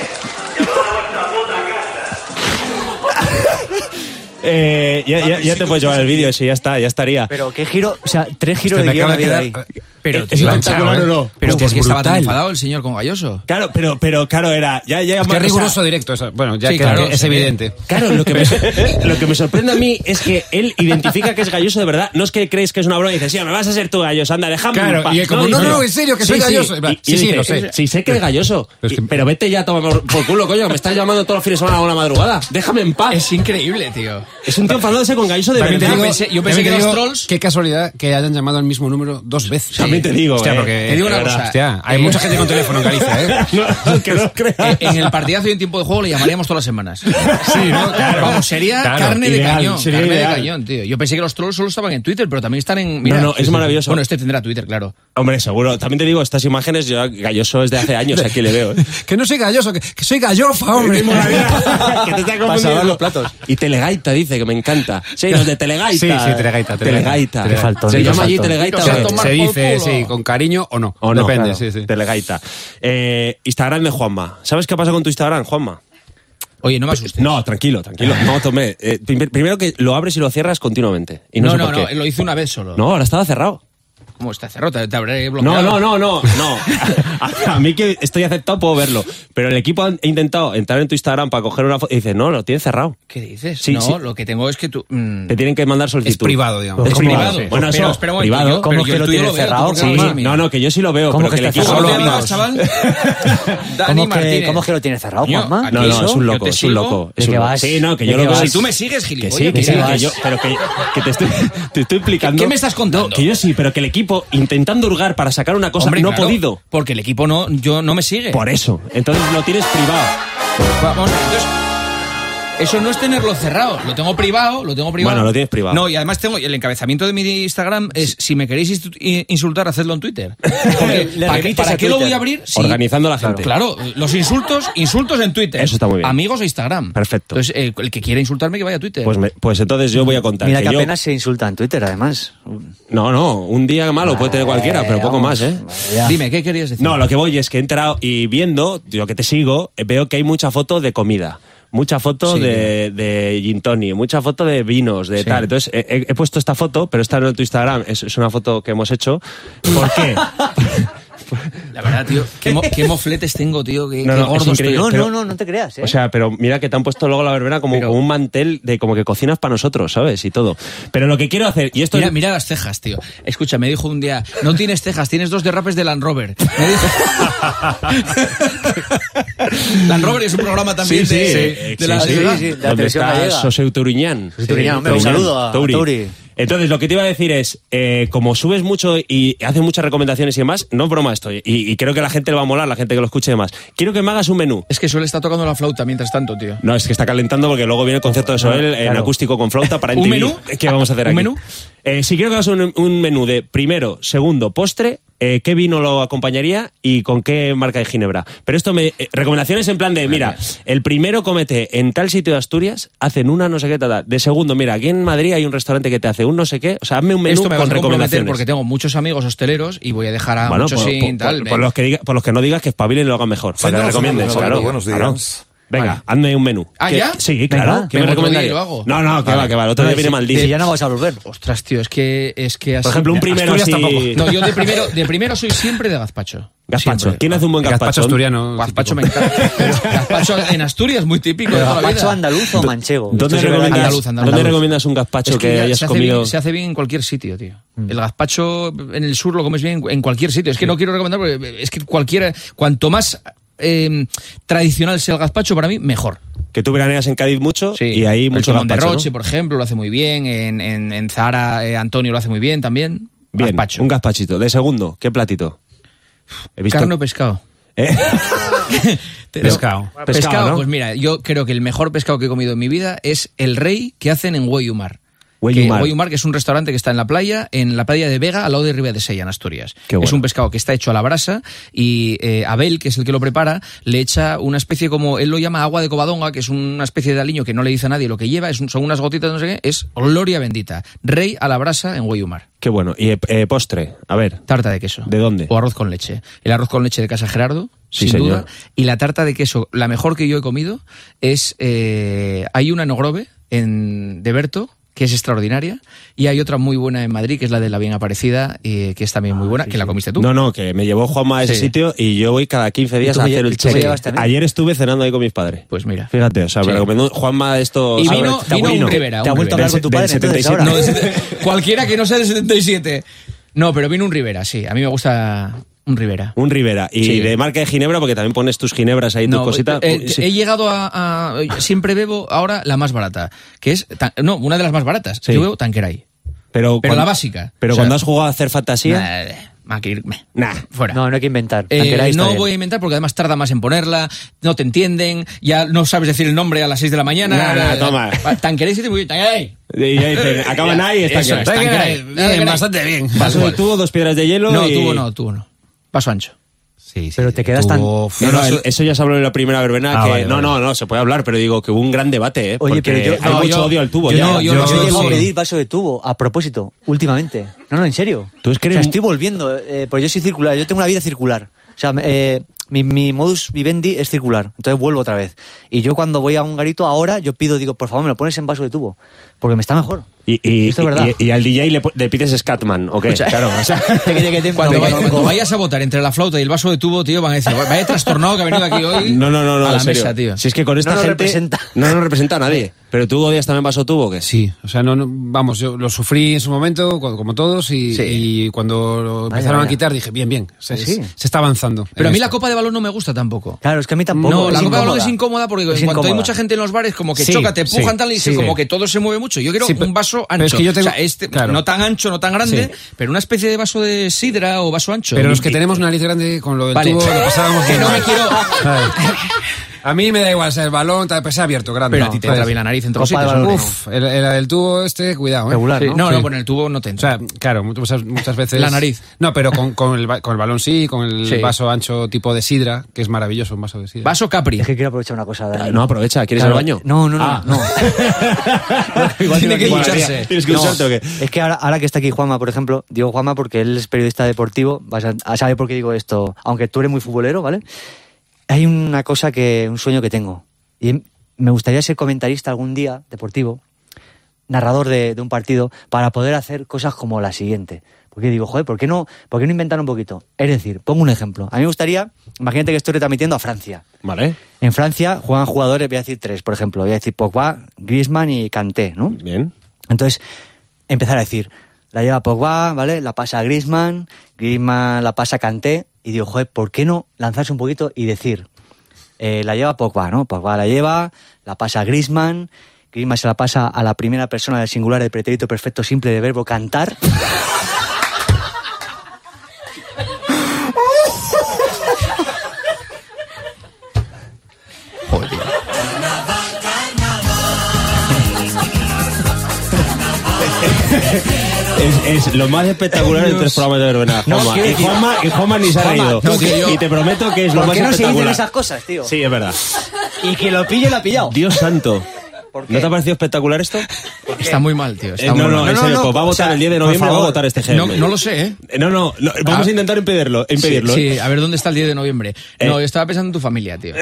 A: Eh, ya, ya- ya te puedes llevar el vídeo, ese ya está, ya estaría.
B: Pero qué giro, o sea, tres giros
A: Hostia, me
B: de guión
A: acaba de
B: había
A: quedar-
B: ahí.
H: Pero
A: ¿Es espectacular
H: ¿eh?
A: o no?
H: Pero
A: Hostia,
H: es que
A: es
H: estaba tan
A: brutal.
H: enfadado el señor con Galloso.
A: Claro, pero, pero claro, era. Ya, ya,
G: Es que
A: o sea,
G: es riguroso directo. eso. Bueno, ya
H: Sí,
G: que
H: claro,
G: es
H: se ve.
G: evidente.
A: Claro, lo que, me, lo que me sorprende a mí es que él identifica que es galloso de verdad. No es que creéis que es una broma y dices, sí, me vas a ser tú galloso, anda, déjame.
G: Claro,
A: en paz".
G: y él como, "No,
A: dice,
G: no, en serio, que soy galloso".
A: Sí,
G: Y va,
A: Y- y
G: "Sí, sí,
A: dice,
G: lo sé".
A: Sí, sé que es galloso.
G: Pero es que-
A: Y- pero vete ya a tomar por- por culo, coño, que me estás llamando todos los fines de semana a una madrugada. Déjame en paz.
H: Es increíble, tío.
A: Es un tío enfadándose con galloso de
G: También te
A: verdad.
G: digo-
H: pensé- yo
G: también
H: pensé
G: te
H: que
G: digo,
H: los trolls-
G: Qué casualidad que hayan llamado al mismo número dos veces.
A: También te digo,
G: Hostia,
A: eh.
G: porque-
H: Te digo una
G: de verdad,
H: cosa.
G: Hostia, hay
H: Eh,
G: mucha gente con teléfono en Galicia, ¿eh?
A: No, que no lo creas.
H: Eh, En el partidazo y en tiempo de juego le llamaríamos todas las semanas.
G: Sí, ¿no? Claro.
H: Vamos, sería
G: Claro,
H: carne de
A: ideal,
H: cañón.
A: sería
H: carne
A: ideal.
H: de cañón, tío. Yo pensé que los trolls solo estaban en Twitter, pero también están en. Mira,
A: No, no, es maravilloso.
H: Bueno, este tendrá Twitter, claro.
A: Hombre, seguro. También te digo, estas imágenes, yo a galloso es de hace años, aquí le veo. eh.
G: Que no soy galloso, que, que soy gallofa, hombre.
A: que te está confundiendo
B: Pasaba los platos.
A: Y Telegaita dice que me encanta. Sí, los de Telegaita.
G: Sí, sí, Telegaita, Telegaita.
A: Telegaita.
G: Qué
B: faltón,
A: Se
B: qué
A: llama allí
B: faltón.
A: Telegaita.
H: Se-
A: ¿vale?
H: tomar
G: Se
H: por
G: dice,
H: culo.
G: sí, con cariño o no.
A: O no,
G: Depende,
A: claro.
G: sí, sí.
A: Telegaita. Eh, Instagram de Juanma. ¿Sabes qué ha pasado con tu Instagram, Juanma?
H: Oye, no me asustes.
A: No, tranquilo, tranquilo. No, tomé. Eh, prim- primero que lo abres y lo cierras continuamente. Y no,
H: no,
A: sé
H: no,
A: por
H: no,
A: qué.
H: lo hice una vez solo.
A: No, ahora estaba cerrado.
H: ¿Cómo está cerrado? Te, te habré
A: No,
H: bloqueado.
A: no, no, no, no. A, a mí que estoy aceptado puedo verlo. Pero el equipo ha intentado entrar en tu Instagram para coger una foto y dice, no, lo tienes cerrado.
H: ¿Qué dices?
A: Sí,
H: no,
A: sí.
H: lo que tengo es que tú. mm,
A: Te tienen que mandar solicitud.
G: Es privado, digamos.
A: Es
H: ¿Cómo
A: privado.
H: sí?
A: Bueno,
H: Pero
A: eso,
H: espera un momento,
A: privado.
H: yo- pero
B: ¿Cómo que
H: yo
B: lo
H: el tuyo
B: tienes
H: veo, tú
B: cerrado?
H: por qué
B: Sí.
H: lo ves,
B: Sí.
H: mira.
A: No, no, que yo sí lo veo, pero
B: ¿Cómo que
A: que el
B: está
A: equipo
B: cerrado?
A: lo
B: Solo
A: abra.
B: veo.
H: Dani
B: ¿Cómo que,
H: Martínez.
B: ¿Cómo que lo tienes cerrado,
H: Coño,
B: Juanma?
A: No, no,
H: ¿Eso?
A: es un
H: Yo
A: loco,
H: te
A: es un
H: sigo.
A: loco.
B: ¿De
A: Es
B: qué
A: un-
B: vas?
A: Sí, no, que
B: ¿De
A: yo
B: qué
A: lo veo.
B: vas?
H: Si tú me sigues,
A: Que
H: gilipollas.
A: sí, que
H: ¿qué
A: sí,
H: me
A: que
H: vas?
A: yo, pero que, que te estoy, te estoy explicando.
H: ¿Qué me estás contando?
A: No, que yo sí, pero que el equipo intentando hurgar para sacar una cosa
H: Hombre,
A: no
H: claro,
A: ha podido.
H: Porque el equipo no, yo no me sigue.
A: Por eso. Entonces lo tienes privado.
H: Vamos, entonces, eso no es tenerlo cerrado. Lo tengo privado, lo tengo privado.
A: Bueno, lo tienes privado.
H: No, y además tengo el encabezamiento de mi Instagram es si me queréis instu- i- insultar, hacedlo en Twitter. Porque,
B: Le
H: ¿Para, qué-
B: remites
H: para
B: a
H: qué lo
B: Twitter.
H: voy a abrir? si-
A: Organizando a la gente.
H: Claro, los insultos, insultos en Twitter.
A: Eso está muy bien.
H: Amigos a Instagram.
A: Perfecto.
H: Entonces, el, el que quiera insultarme que vaya a Twitter.
A: Pues, me- pues entonces yo voy a contar.
B: Mira que
A: yo-
B: apenas se insulta en Twitter, además.
A: No, no, un día malo puede tener cualquiera, pero poco más, ¿eh?
H: Dime, ¿qué querías decir?
A: No, lo que voy es que he entrado y viendo, yo que te sigo, eh, veo que hay mucha foto de comida. Mucha foto
H: Sí.
A: de, de gin tonic, mucha foto de vinos, de tal. Entonces, he, he- he puesto esta foto, pero esta no en tu Instagram, es, es una foto que hemos hecho. ¿Por qué?
H: La verdad, tío, qué, mo- qué mofletes tengo, tío. Qué,
A: No,
H: qué
A: no, es
H: gordo estoy.
A: increíble.
B: No,
A: Pero-
B: no, no, no te creas, ¿eh?
A: O sea, pero mira que te han puesto luego la verbena como,
H: Pero-
A: como un mantel de como que cocinas para nosotros, ¿sabes? Y todo. Pero lo que quiero hacer, y esto
H: Mira,
A: es-
H: mira las cejas, tío. Escucha, me dijo un día, no tienes cejas, tienes dos derrapes de Land Rover. Me dijo- Land Rover es un programa también
A: Sí, sí,
H: de,
A: sí,
H: de
A: sí,
H: la
A: sí.
H: ciudad.
B: sí, la
A: ¿Dónde
B: televisión
A: está
B: gallega.
A: Soseu Turiñán?
B: Soseu Turiñán, hombre, un saludo a- a Turi.
A: Entonces, lo que te iba a decir es, eh, como subes mucho y haces muchas recomendaciones y demás, no es broma esto, y, y creo que a la gente le va a molar, la gente que lo escuche y demás. Quiero que me hagas un menú.
H: Es que Suele está tocando la flauta mientras tanto, tío.
A: No, es que está calentando porque luego viene el concierto de Soel en
B: claro.
A: acústico con flauta para
H: ¿Un
A: MTV.
H: menú?
A: ¿Qué vamos a hacer
H: ¿Un
A: aquí?
H: menú?
A: Eh, sí, quiero que hagas un, un menú de primero, segundo, postre, eh, qué vino lo acompañaría y con qué marca de ginebra. Pero esto me... eh, recomendaciones en plan de, mira, el primero comete en tal sitio de Asturias, hacen una no sé qué tal, tal. De segundo, mira, aquí en Madrid hay un restaurante que te hace un no sé qué. O sea, hazme un menú
H: Esto me va
A: con
H: a comprometer
A: recomendaciones.
H: porque tengo muchos amigos hosteleros y voy a dejar a
A: Bueno,
H: muchos
A: por,
H: Ah, sin
A: por-
H: tal.
A: por- por los que diga- por los que no digas que espabilen y lo hagan mejor. Para que
I: Señor,
A: lo recomiendes,
I: señor,
A: claro.
I: buenos días.
A: claro. Venga, hazme un menú.
H: ¿Ah,
A: ¿Qué-
H: ya?
A: Sí,
B: Venga,
A: claro. ¿Qué me
H: venga, otro día
A: recomendaría?
H: y lo hago.
A: No, no, que
H: Vale.
A: va, que va. El otro día
H: Vale,
A: viene
H: sí,
A: maldito.
B: Si ya no vas a volver.
H: Ostras, tío, es que es que así-
A: Por ejemplo, un primero
G: Asturias
A: así...
G: tampoco.
H: No, yo de primero, de primero soy siempre de gazpacho.
A: Gazpacho.
H: Siempre.
A: ¿Quién hace un buen
G: El gazpacho
A: gazpacho?
G: asturiano.
H: Gazpacho me encanta. Gazpacho en Asturias muy típico. de toda la
B: ¿Gazpacho
H: vida.
B: andaluz o manchego?
A: ¿Dónde
B: Esto sí que
A: recomiendas,
B: verás.
H: Andaluz, andaluz.
A: ¿dónde recomiendas un gazpacho
H: Es
A: que,
H: ya
A: hayas
H: se hace
A: comido? Mm.
H: bien- se hace bien en cualquier sitio, tío. El gazpacho en el sur lo comes bien en cualquier sitio. Es que no quiero recomendar, porque es que cualquiera, cuanto más eh, tradicional sea el gazpacho, para mí, mejor.
A: Que tú veraneas en Cádiz mucho y ahí mucho
H: el de
A: gazpacho, ¿no?
H: Roche, por ejemplo, lo hace muy bien. En, en, en Zara, eh, Antonio lo hace muy bien también.
A: Bien, un gazpachito. De segundo, ¿qué platito? He visto-
H: Carne o pescado.
A: ¿Eh?
H: Te-
A: Pescado.
H: Pescado,
A: Pescado, ¿no?
H: pues mira, yo creo que el mejor pescado que he comido en mi vida es el rey que hacen en Guayumar.
A: Guayumar.
H: Que, Guayumar, que es un restaurante que está en la playa, en la playa de Vega, al lado de Ribera de Sella, en Asturias.
A: Qué bueno.
H: Es un pescado que está hecho a la brasa y eh, Abel, que es el que lo prepara, le echa una especie como, él lo llama agua de covadonga, que es una especie de aliño que no le dice a nadie lo que lleva, es un- son unas gotitas, no sé qué, es gloria bendita. Rey a la brasa en Guayumar.
A: Qué bueno. Y eh, eh, postre, a ver.
H: Tarta de queso.
A: ¿De dónde?
H: O arroz con leche. El arroz con leche de Casa Gerardo,
A: Sí,
H: sin
A: señor.
H: duda. Y la tarta de queso, la mejor que yo he comido, es. eh, hay una en Ogrove, en, de Berto, que es extraordinaria. Y hay otra muy buena en Madrid, que es la de la Bien Aparecida, eh, que es también muy buena, que la comiste tú.
A: Ah, No, no, que me llevó Juanma a ese
H: Sí.
A: sitio y yo voy cada 15
H: ¿Y
A: días
H: tú
A: a
H: me lle-
A: hacer
H: y
A: el
H: tú me
A: check.
H: llevas también?
A: Ayer estuve cenando ahí con mis padres.
H: Pues mira.
A: Fíjate, o sea,
H: Sí.
A: me recomendó Juanma esto.
H: Y
A: ¿sabes?
H: vino,
A: Está
H: vino
A: bueno.
H: un Rivera.
A: ¿Te ha
H: un
A: vuelto a
H: Rivera.
A: hablar con tu padre?
H: Del
A: entonces,
H: 77.
A: ahora?
H: No, del 70. cualquiera que no sea del 77. No, pero vino un Rivera, sí. A mí me gusta un Rivera.
A: Un Rivera. Y
H: Sí.
A: de marca de Ginebra, porque también pones tus Ginebras ahí,
H: No,
A: tus cositas.
H: eh,
A: pues, Sí.
H: He llegado a, a- Siempre bebo ahora la más barata, que es. tan- No, una de las más baratas.
A: Sí.
H: Yo bebo Tanqueray.
A: Pero,
H: Pero
A: cuan-
H: la básica.
A: Pero
H: O sea,
A: cuando has jugado a hacer fantasía.
H: Nah, hay que irme.
A: Nah.
H: Fuera.
B: No, no hay que inventar.
H: Eh,
B: Tanqueray está
H: no
B: bien.
H: voy a inventar porque además tarda más en ponerla, no te entienden, ya no sabes decir el nombre a las 6 de la mañana.
A: Nah, nah, toma.
H: Tanqueray se te muy Tanqueray.
A: Y ya dicen, acaban ahí y está
H: Eso
A: que-
H: es,
A: está que-
H: Tanqueray.
A: Bien,
H: Tanqueray.
A: bastante bien.
H: Tal
A: Paso de
H: cual.
A: tubo, dos piedras de hielo.
H: No,
A: y-
H: tubo no, tubo no. Paso ancho.
B: pero te quedas tan.
A: No, no, el- eso ya se habló en la primera verbena.
H: Ah,
A: que,
H: vale,
A: no,
H: vale.
A: no, no, se puede hablar, pero digo que hubo un gran debate, ¿eh?
B: Oye,
A: porque
B: pero yo-
A: hay
B: no,
A: mucho
B: yo-
A: odio al tubo.
B: Yo
A: ya.
B: no, yo, no, he llegado a pedir vaso de tubo a propósito, últimamente. No, no, en serio.
A: Tú es que eres
B: O sea,
A: un-
B: estoy volviendo, eh, porque yo soy circular, yo tengo una vida circular. O sea, eh, mi, mi modus vivendi es circular, entonces vuelvo otra vez. Y yo cuando voy a un garito ahora, yo pido, digo, por favor, me lo pones en vaso de tubo, porque me está mejor.
A: Y, y-
B: Esto es verdad.
A: y- y al DJ le, pu- le pides Scatman, ¿o qué?
H: Escucha.
A: Claro, o sea,
H: Cuando,
B: No,
H: vaya-
B: no,
H: cuando
B: no.
H: vayas a votar entre la flauta y el vaso de tubo, tío, van a decir, vaya trastornado que ha venido aquí hoy
A: No, no, no, no,
H: a
A: en
H: la
A: serio.
H: mesa, tío.
A: Si es que con esta
B: No nos
A: gente
B: representa.
A: no nos representa a nadie. Pero tú odias también vaso tubo, que
G: Sí, o sea, no, no- vamos, yo lo sufrí en su momento, cu- como todos, y,
H: Sí.
G: y cuando lo empezaron
B: vaya.
G: a quitar dije, bien, bien, se,
B: Ah, sí.
G: se está avanzando.
H: Pero a
G: en
H: mí la
G: esto.
H: copa de balón no me gusta tampoco.
B: Claro, es que a mí tampoco.
H: no,
B: es
H: la copa de balón
B: incómoda.
H: es incómoda porque
B: Es
H: en cuanto hay
B: incómoda.
H: mucha gente en los bares, como que
G: Sí,
H: choca, te
G: sí,
H: empujan tal y
G: sí.
H: como que todo se mueve mucho. Yo quiero
G: Sí, pero-
H: un vaso
G: pero
H: ancho.
G: es que yo tengo-
H: o sea, este,
G: claro.
H: no tan ancho, no tan grande,
G: Sí.
H: pero una especie de vaso de sidra o vaso ancho.
G: Pero los
H: Y-
G: que tenemos nariz grande con lo del
H: Vale.
G: tubo lo pasábamos
H: Que
G: bien
H: no
G: mal.
H: me quiero-
G: Vale. A mí me da igual, o sea, el balón, tal, pues sea abierto, grande.
H: Pero
G: no, pues,
H: a ti te
G: ¿sabes?
H: entra bien la nariz en todos
B: Copa de
H: sitios,
B: balón.
H: hombre.
G: Uf, el, el- el tubo este, cuidado, ¿eh?
B: Regular,
G: Sí.
B: ¿no?
H: No,
G: Sí.
H: no, con el tubo no
G: O
H: te entra.
G: sea, claro, muchas, muchas veces.
H: La nariz.
G: No, pero con, con, el, ba- con el balón sí, con el
H: Sí.
G: vaso ancho tipo de sidra, que es maravilloso un vaso de sidra.
H: vaso Capri.
B: Es que quiero aprovechar una cosa, Dani.
A: Ah, No, aprovecha, ¿quieres
B: Claro,
A: ir al baño?
B: No, no, no.
A: Ah.
B: no.
A: Igual
H: Tiene que
A: igual,
H: ducharse.
A: Tienes que
B: No,
A: ducharte, ¿o qué?
B: Es que ahora, ahora que está aquí Juanma, por ejemplo, digo Juanma porque él es periodista deportivo, vas a, a saber por qué digo esto, aunque tú eres muy futbolero, ¿vale? Hay una cosa que, un sueño que tengo. Y em, me gustaría ser comentarista algún día, deportivo, narrador de, de un partido, para poder hacer cosas como la siguiente. Porque digo, joder, ¿por qué, no, ¿por qué no inventar un poquito? Es decir, pongo un ejemplo. A mí me gustaría, imagínate que estoy retransmitiendo a Francia.
A: Vale,
B: En Francia juegan jugadores, voy a decir tres, por ejemplo. Voy a decir Pogba, Griezmann y Kanté, ¿no?
A: bien.
B: Entonces, empezar a decir, la lleva Pogba, ¿vale? La pasa a Griezmann, Griezmann la pasa a Kanté, y digo, joder, ¿por qué no lanzarse un poquito y decir, eh, la lleva Pogba, ¿no? Pogba la lleva, la pasa a Griezmann, Griezmann se la pasa a la primera persona del singular del pretérito perfecto simple de verbo cantar.
A: Es, es lo más espectacular de tres programas de verbena.
B: No,
A: Juanma.
B: quiero
A: y,
B: decir-
A: Juanma y Juanma ni se ha
B: Juanma,
A: reído.
B: no, que yo-
A: y te prometo que es lo
B: ¿Por
A: más
B: qué no se dicen
A: espectacular.
B: esas cosas, tío?
A: Sí, es verdad.
B: Y que lo pille, lo ha pillado.
A: Dios santo.
B: ¿Por qué?
A: ¿No te ha parecido espectacular esto?
H: Está muy mal, tío.
A: Eh,
H: Está
A: no,
H: muy
A: no,
H: mal.
A: en serio, pues va a votar el 10 de noviembre, va a
B: favor.
A: votar este
H: No,
A: GM.
H: no lo sé, ¿eh?
A: Eh, No, no, no, vamos a
H: Ah.
A: intentar impedirlo. impedirlo
H: Sí,
A: ¿eh?
H: sí, a ver dónde está el 10 de noviembre.
A: Eh.
H: No, yo estaba pensando en tu familia, tío.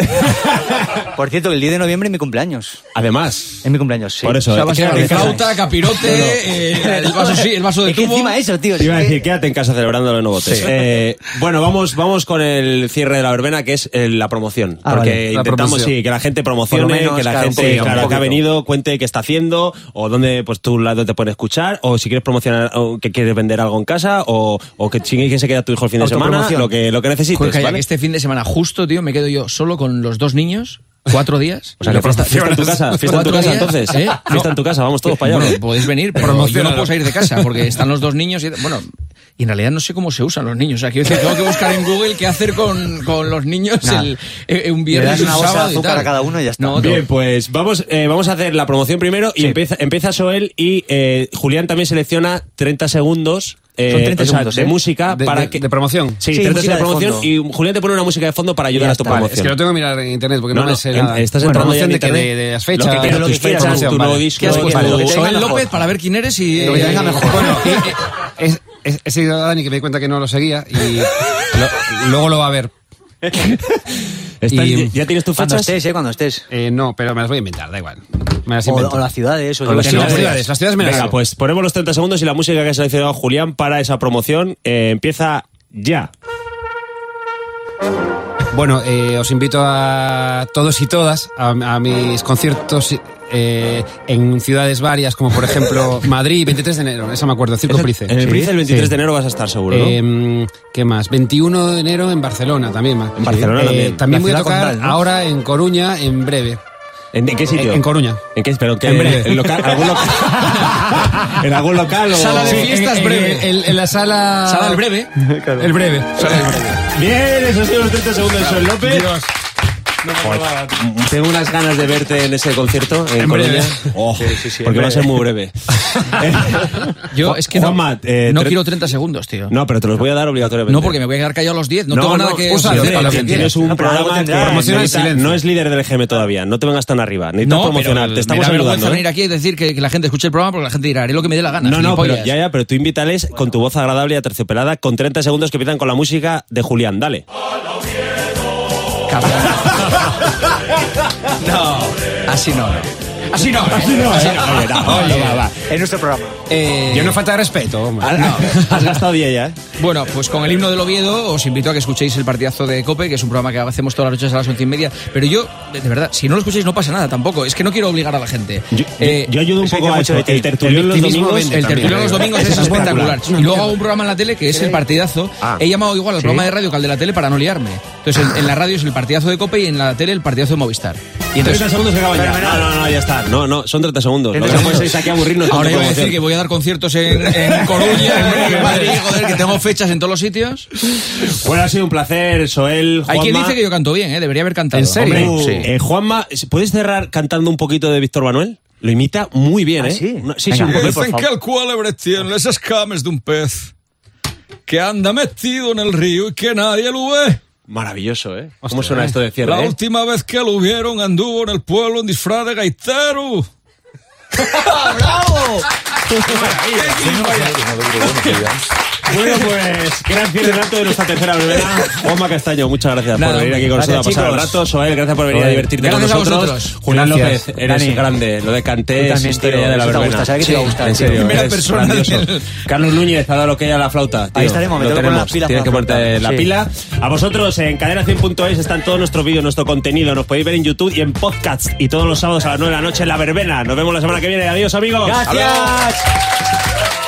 B: Por cierto, el 10 de noviembre es mi cumpleaños.
A: Además,
B: Es mi cumpleaños, sí.
A: por eso.
H: O sea,
A: eh,
H: vas a
A: quédate
H: llevar
A: en casa.
H: flauta, capirote, eh, el vaso, sí, el vaso de
B: es que
H: tubo.
B: encima eso, tío.
A: Te iba a
B: es que-
A: decir, quédate en casa celebrando los nuevos Eh, bueno, vamos, vamos con el cierre de la verbena, que es eh, la promoción.
B: Ah,
A: porque
B: vale,
G: la
A: intentamos
G: promoción.
A: sí, que la gente
B: Por
A: promocione,
B: lo menos,
A: que la
B: claro, un
A: gente
B: poquito,
A: claro,
B: un
A: que ha
B: poquito.
A: venido, cuente qué está haciendo, o dónde pues tu lado te pueden escuchar, o si quieres promocionar o que quieres vender algo en casa, o, o que chingue que se queda tu hijo el fin de semana,
H: Autopromoción.
A: lo que, lo que necesites.
H: Joder, calla,
A: ¿vale?
H: que este fin de semana justo, tío, me quedo yo solo con los dos niños. Cuatro días.
A: O sea, que fiesta- fiesta en tu casa, fiesta en tu
H: Cuatro
A: casa,
H: días,
A: entonces, ¿eh? Fiesta en tu casa, vamos todos para allá,
H: Bueno,
A: ¿no?
H: podéis venir, pero yo no puedo salir de casa porque están los dos niños y... Bueno, y en realidad no sé cómo se usan los niños. O sea, quiero decir, tengo que buscar en Google qué hacer con, con los niños
B: Nada.
H: el, eh, un
B: Le
H: viernes
B: das
H: y un
B: una bolsa de
H: sábado y
B: azúcar
H: tal.
B: a cada uno y ya está.
H: No,
A: Bien, pues vamos, eh, vamos a hacer la promoción primero y empieza, empieza Soel y eh, Julián también selecciona 30 segundos. eh,
G: Son 30
A: o sea,
G: segundos,
A: de
G: ¿eh?
A: música
G: De-
A: para
G: de-
A: que
G: de promoción.
A: sí,
G: Sí,
A: 30
G: música
A: segundos de
G: de
A: promoción y
G: fondo.
A: Julián te pone una música de fondo para ayudar a tu
G: Vale, es
A: promoción
G: que lo tengo que mirar en internet porque
A: No,
G: no,
A: no,
G: me sé
A: en-
G: nada.
A: estás
G: Bueno,
A: entrando ya
G: promoción
A: en
G: de que
A: internet.
G: de, de las
A: Lo que
G: fechas,
A: quieras, tus
G: tus fechas,
A: fechas, tu nuevo disco,
H: ¿Qué has
A: pues, Vale,
H: puesto?
A: lo que
H: Soel
A: tenga
H: López
A: mejor.
H: para ver quién eres y... eh,
G: Lo que te venga mejor.
H: Bueno,
G: eh, Es, es- he seguido a Dani que me di cuenta que no lo seguía y lo- luego lo va a ver.
A: Estás- ¿Ya tienes tus
B: Cuando
G: fechas?
B: estés, ¿eh? Cuando estés.
G: Eh, no, pero me las voy a inventar, da igual. Me las
B: O,
G: invento.
B: o las ciudades. O
G: O las
B: que no
G: ciudades,
B: veas.
G: las ciudades me las
A: Venga,
G: hago.
A: pues ponemos los 30 segundos y la música que ha seleccionado Julián para esa promoción eh, empieza ya.
G: Bueno, eh, os invito a todos y todas a, a mis conciertos eh, en ciudades varias, como por ejemplo Madrid, 23 de enero, esa me acuerdo, Circo Price.
A: En el
G: Sí.
A: Price el 23
G: Sí.
A: de enero vas a estar seguro, ¿no?
G: Eh, ¿Qué más? 21 de enero en Barcelona también. ma-
A: En Barcelona
G: Eh,
A: también.
G: También
A: La
G: voy a
A: ciudad
G: tocar
A: condal, ¿no?
G: ahora en Coruña en breve.
A: ¿En, en qué sitio?
G: En, en Coruña.
A: ¿En qué? Pero que-
G: En breve.
A: en local- algún local- ¿En algún local o...?
G: Sala de
A: Sí,
G: fiestas
A: en-
G: breve.
A: en-
G: En, en la sala.
H: Sala del breve.
G: El breve. Sala del breve.
A: Bien, esos han sido los 30 segundos de Sol López. Joder, tengo unas ganas de verte en ese concierto en,
G: En breve.
A: Coruña. Oh, porque
G: en
A: va a
G: breve.
A: ser muy breve.
H: eh,
A: Eh,
H: yo es que no,
A: Juanma, eh,
H: no
A: tre-
H: quiero 30 segundos, tío.
A: No, pero te los voy a dar obligatoriamente.
H: No, porque me voy a quedar callado a los 10. No,
A: No,
H: tengo
A: no,
H: nada que
A: úsalo,
H: ofrecer.
A: para lo que Tienes un
B: No, pero algo
A: programa que
B: tendrá.
G: Promociona el
A: necesita-
G: silencio.
A: no es líder del GM todavía, no te vengas tan arriba. Necesitas
H: No,
A: promocionar,
H: pero
A: te estamos
H: me da vergüenza
A: ayudando. ¿eh?
H: venir aquí y decir que, que la gente escuche el programa porque la gente dirá, haré lo que me dé la gana.
A: No, no, pero,
H: gilipollas.
A: ya, ya, pero tú invítales con tu voz agradable y aterciopelada con 30 segundos que empiezan con la música de Julián. Dale.
H: No, así no. Así no.
A: Así no, eh. Oye, no,
H: Oye.
A: no, va, va.
B: En nuestro programa.
H: Eh,
G: Yo no falta de respeto,
A: Ah,
G: hombre.
A: Has gastado 10 ya, ¿eh?
H: Bueno, pues con el himno del Oviedo os invito a que escuchéis el partidazo de Cope, que es un programa que hacemos todas las noches a las once y media. Pero yo, de de verdad, si no lo escucháis no pasa nada tampoco. Es que no quiero obligar a la gente.
A: Yo,
H: Eh,
A: yo- yo ayudo un
B: eso
A: poco
B: dice
A: a
B: mucho
A: eso.
B: de ti.
A: El tertulión
G: El
A: los
G: victimismo
A: domingos.
G: vende
H: El
G: también.
H: tertulión los domingos es espectacular. Y luego hago un programa en la tele que es el partidazo. He llamado igual al programa de radio que al de la tele para no liarme. Entonces, en, en la radio es el partidazo de Cope y en la tele el partidazo de Movistar. Y entonces,
A: 30 segundos se acaban ya. No, no, no, ya está. No, no, son 30 segundos. Lo que no puedes es aquí a aburrirnos con
H: Ahora
A: tu
H: iba a decir
A: promoción.
H: que voy a dar conciertos en, en Coruña, en Madrid, joder, que tengo fechas en todos los sitios.
A: Bueno, ha sido un placer, Soel, Juanma.
H: Hay quien dice que yo canto bien, ¿eh? debería haber cantado.
G: ¿En serio?
A: Hombre,
H: Hombre, sí.
A: eh, Juanma, ¿puedes cerrar cantando un poquito de Víctor Manuel? Lo imita muy bien,
B: ¿Ah,
A: ¿eh?
B: sí?
A: No, sí, sí,
B: Venga.
A: un poquito.
B: por
M: Dicen que
B: favor.
M: el cuálebre tiene las escamas de un pez que anda metido en el río y que nadie lo ve.
A: Maravilloso, ¿eh? ¿Cómo suena esto de
M: La
A: cierre, eh?
M: última vez que lo vieron anduvo en el pueblo en disfraz de gaitero.
A: Bueno, pues gran cierre de rato de nuestra tercera verbena. Juanma Castaño, muchas gracias
H: Nada,
A: por venir aquí con
B: gracias,
A: nosotros a pasar el
B: chicos.
A: rato. Soel, gracias por venir a
B: Joder.
A: divertirte
H: Gracias a
A: con nosotros.
H: vosotros.
A: Julián
G: Gracias.
A: López, eres
B: Dani.
A: grande. Lo de Canté
B: Tú
A: es
B: también,
A: historia
B: tío,
A: de la
B: eso te
A: verbena.
B: gusta, sabes que te va a gustar,
A: En
B: tío.
A: serio,
M: Primera
A: eres
M: persona
A: grandioso.
M: del-
A: Carlos Núñez ha dado lo que hay a la flauta. tío.
B: Ahí estaremos,
A: Lo
B: mételo con
A: tenemos.
B: las pilas
A: Tienes que
B: para la
A: ponerte
B: flauta.
A: la
B: Sí.
A: pila. A vosotros, en cadena100.es están todos nuestros vídeos, nuestro contenido. Nos podéis ver en YouTube y en podcast. Y todos los sábados a las 9 de la noche en La Verbena. Nos vemos la semana que viene. Adiós, amigos.
B: Gracias.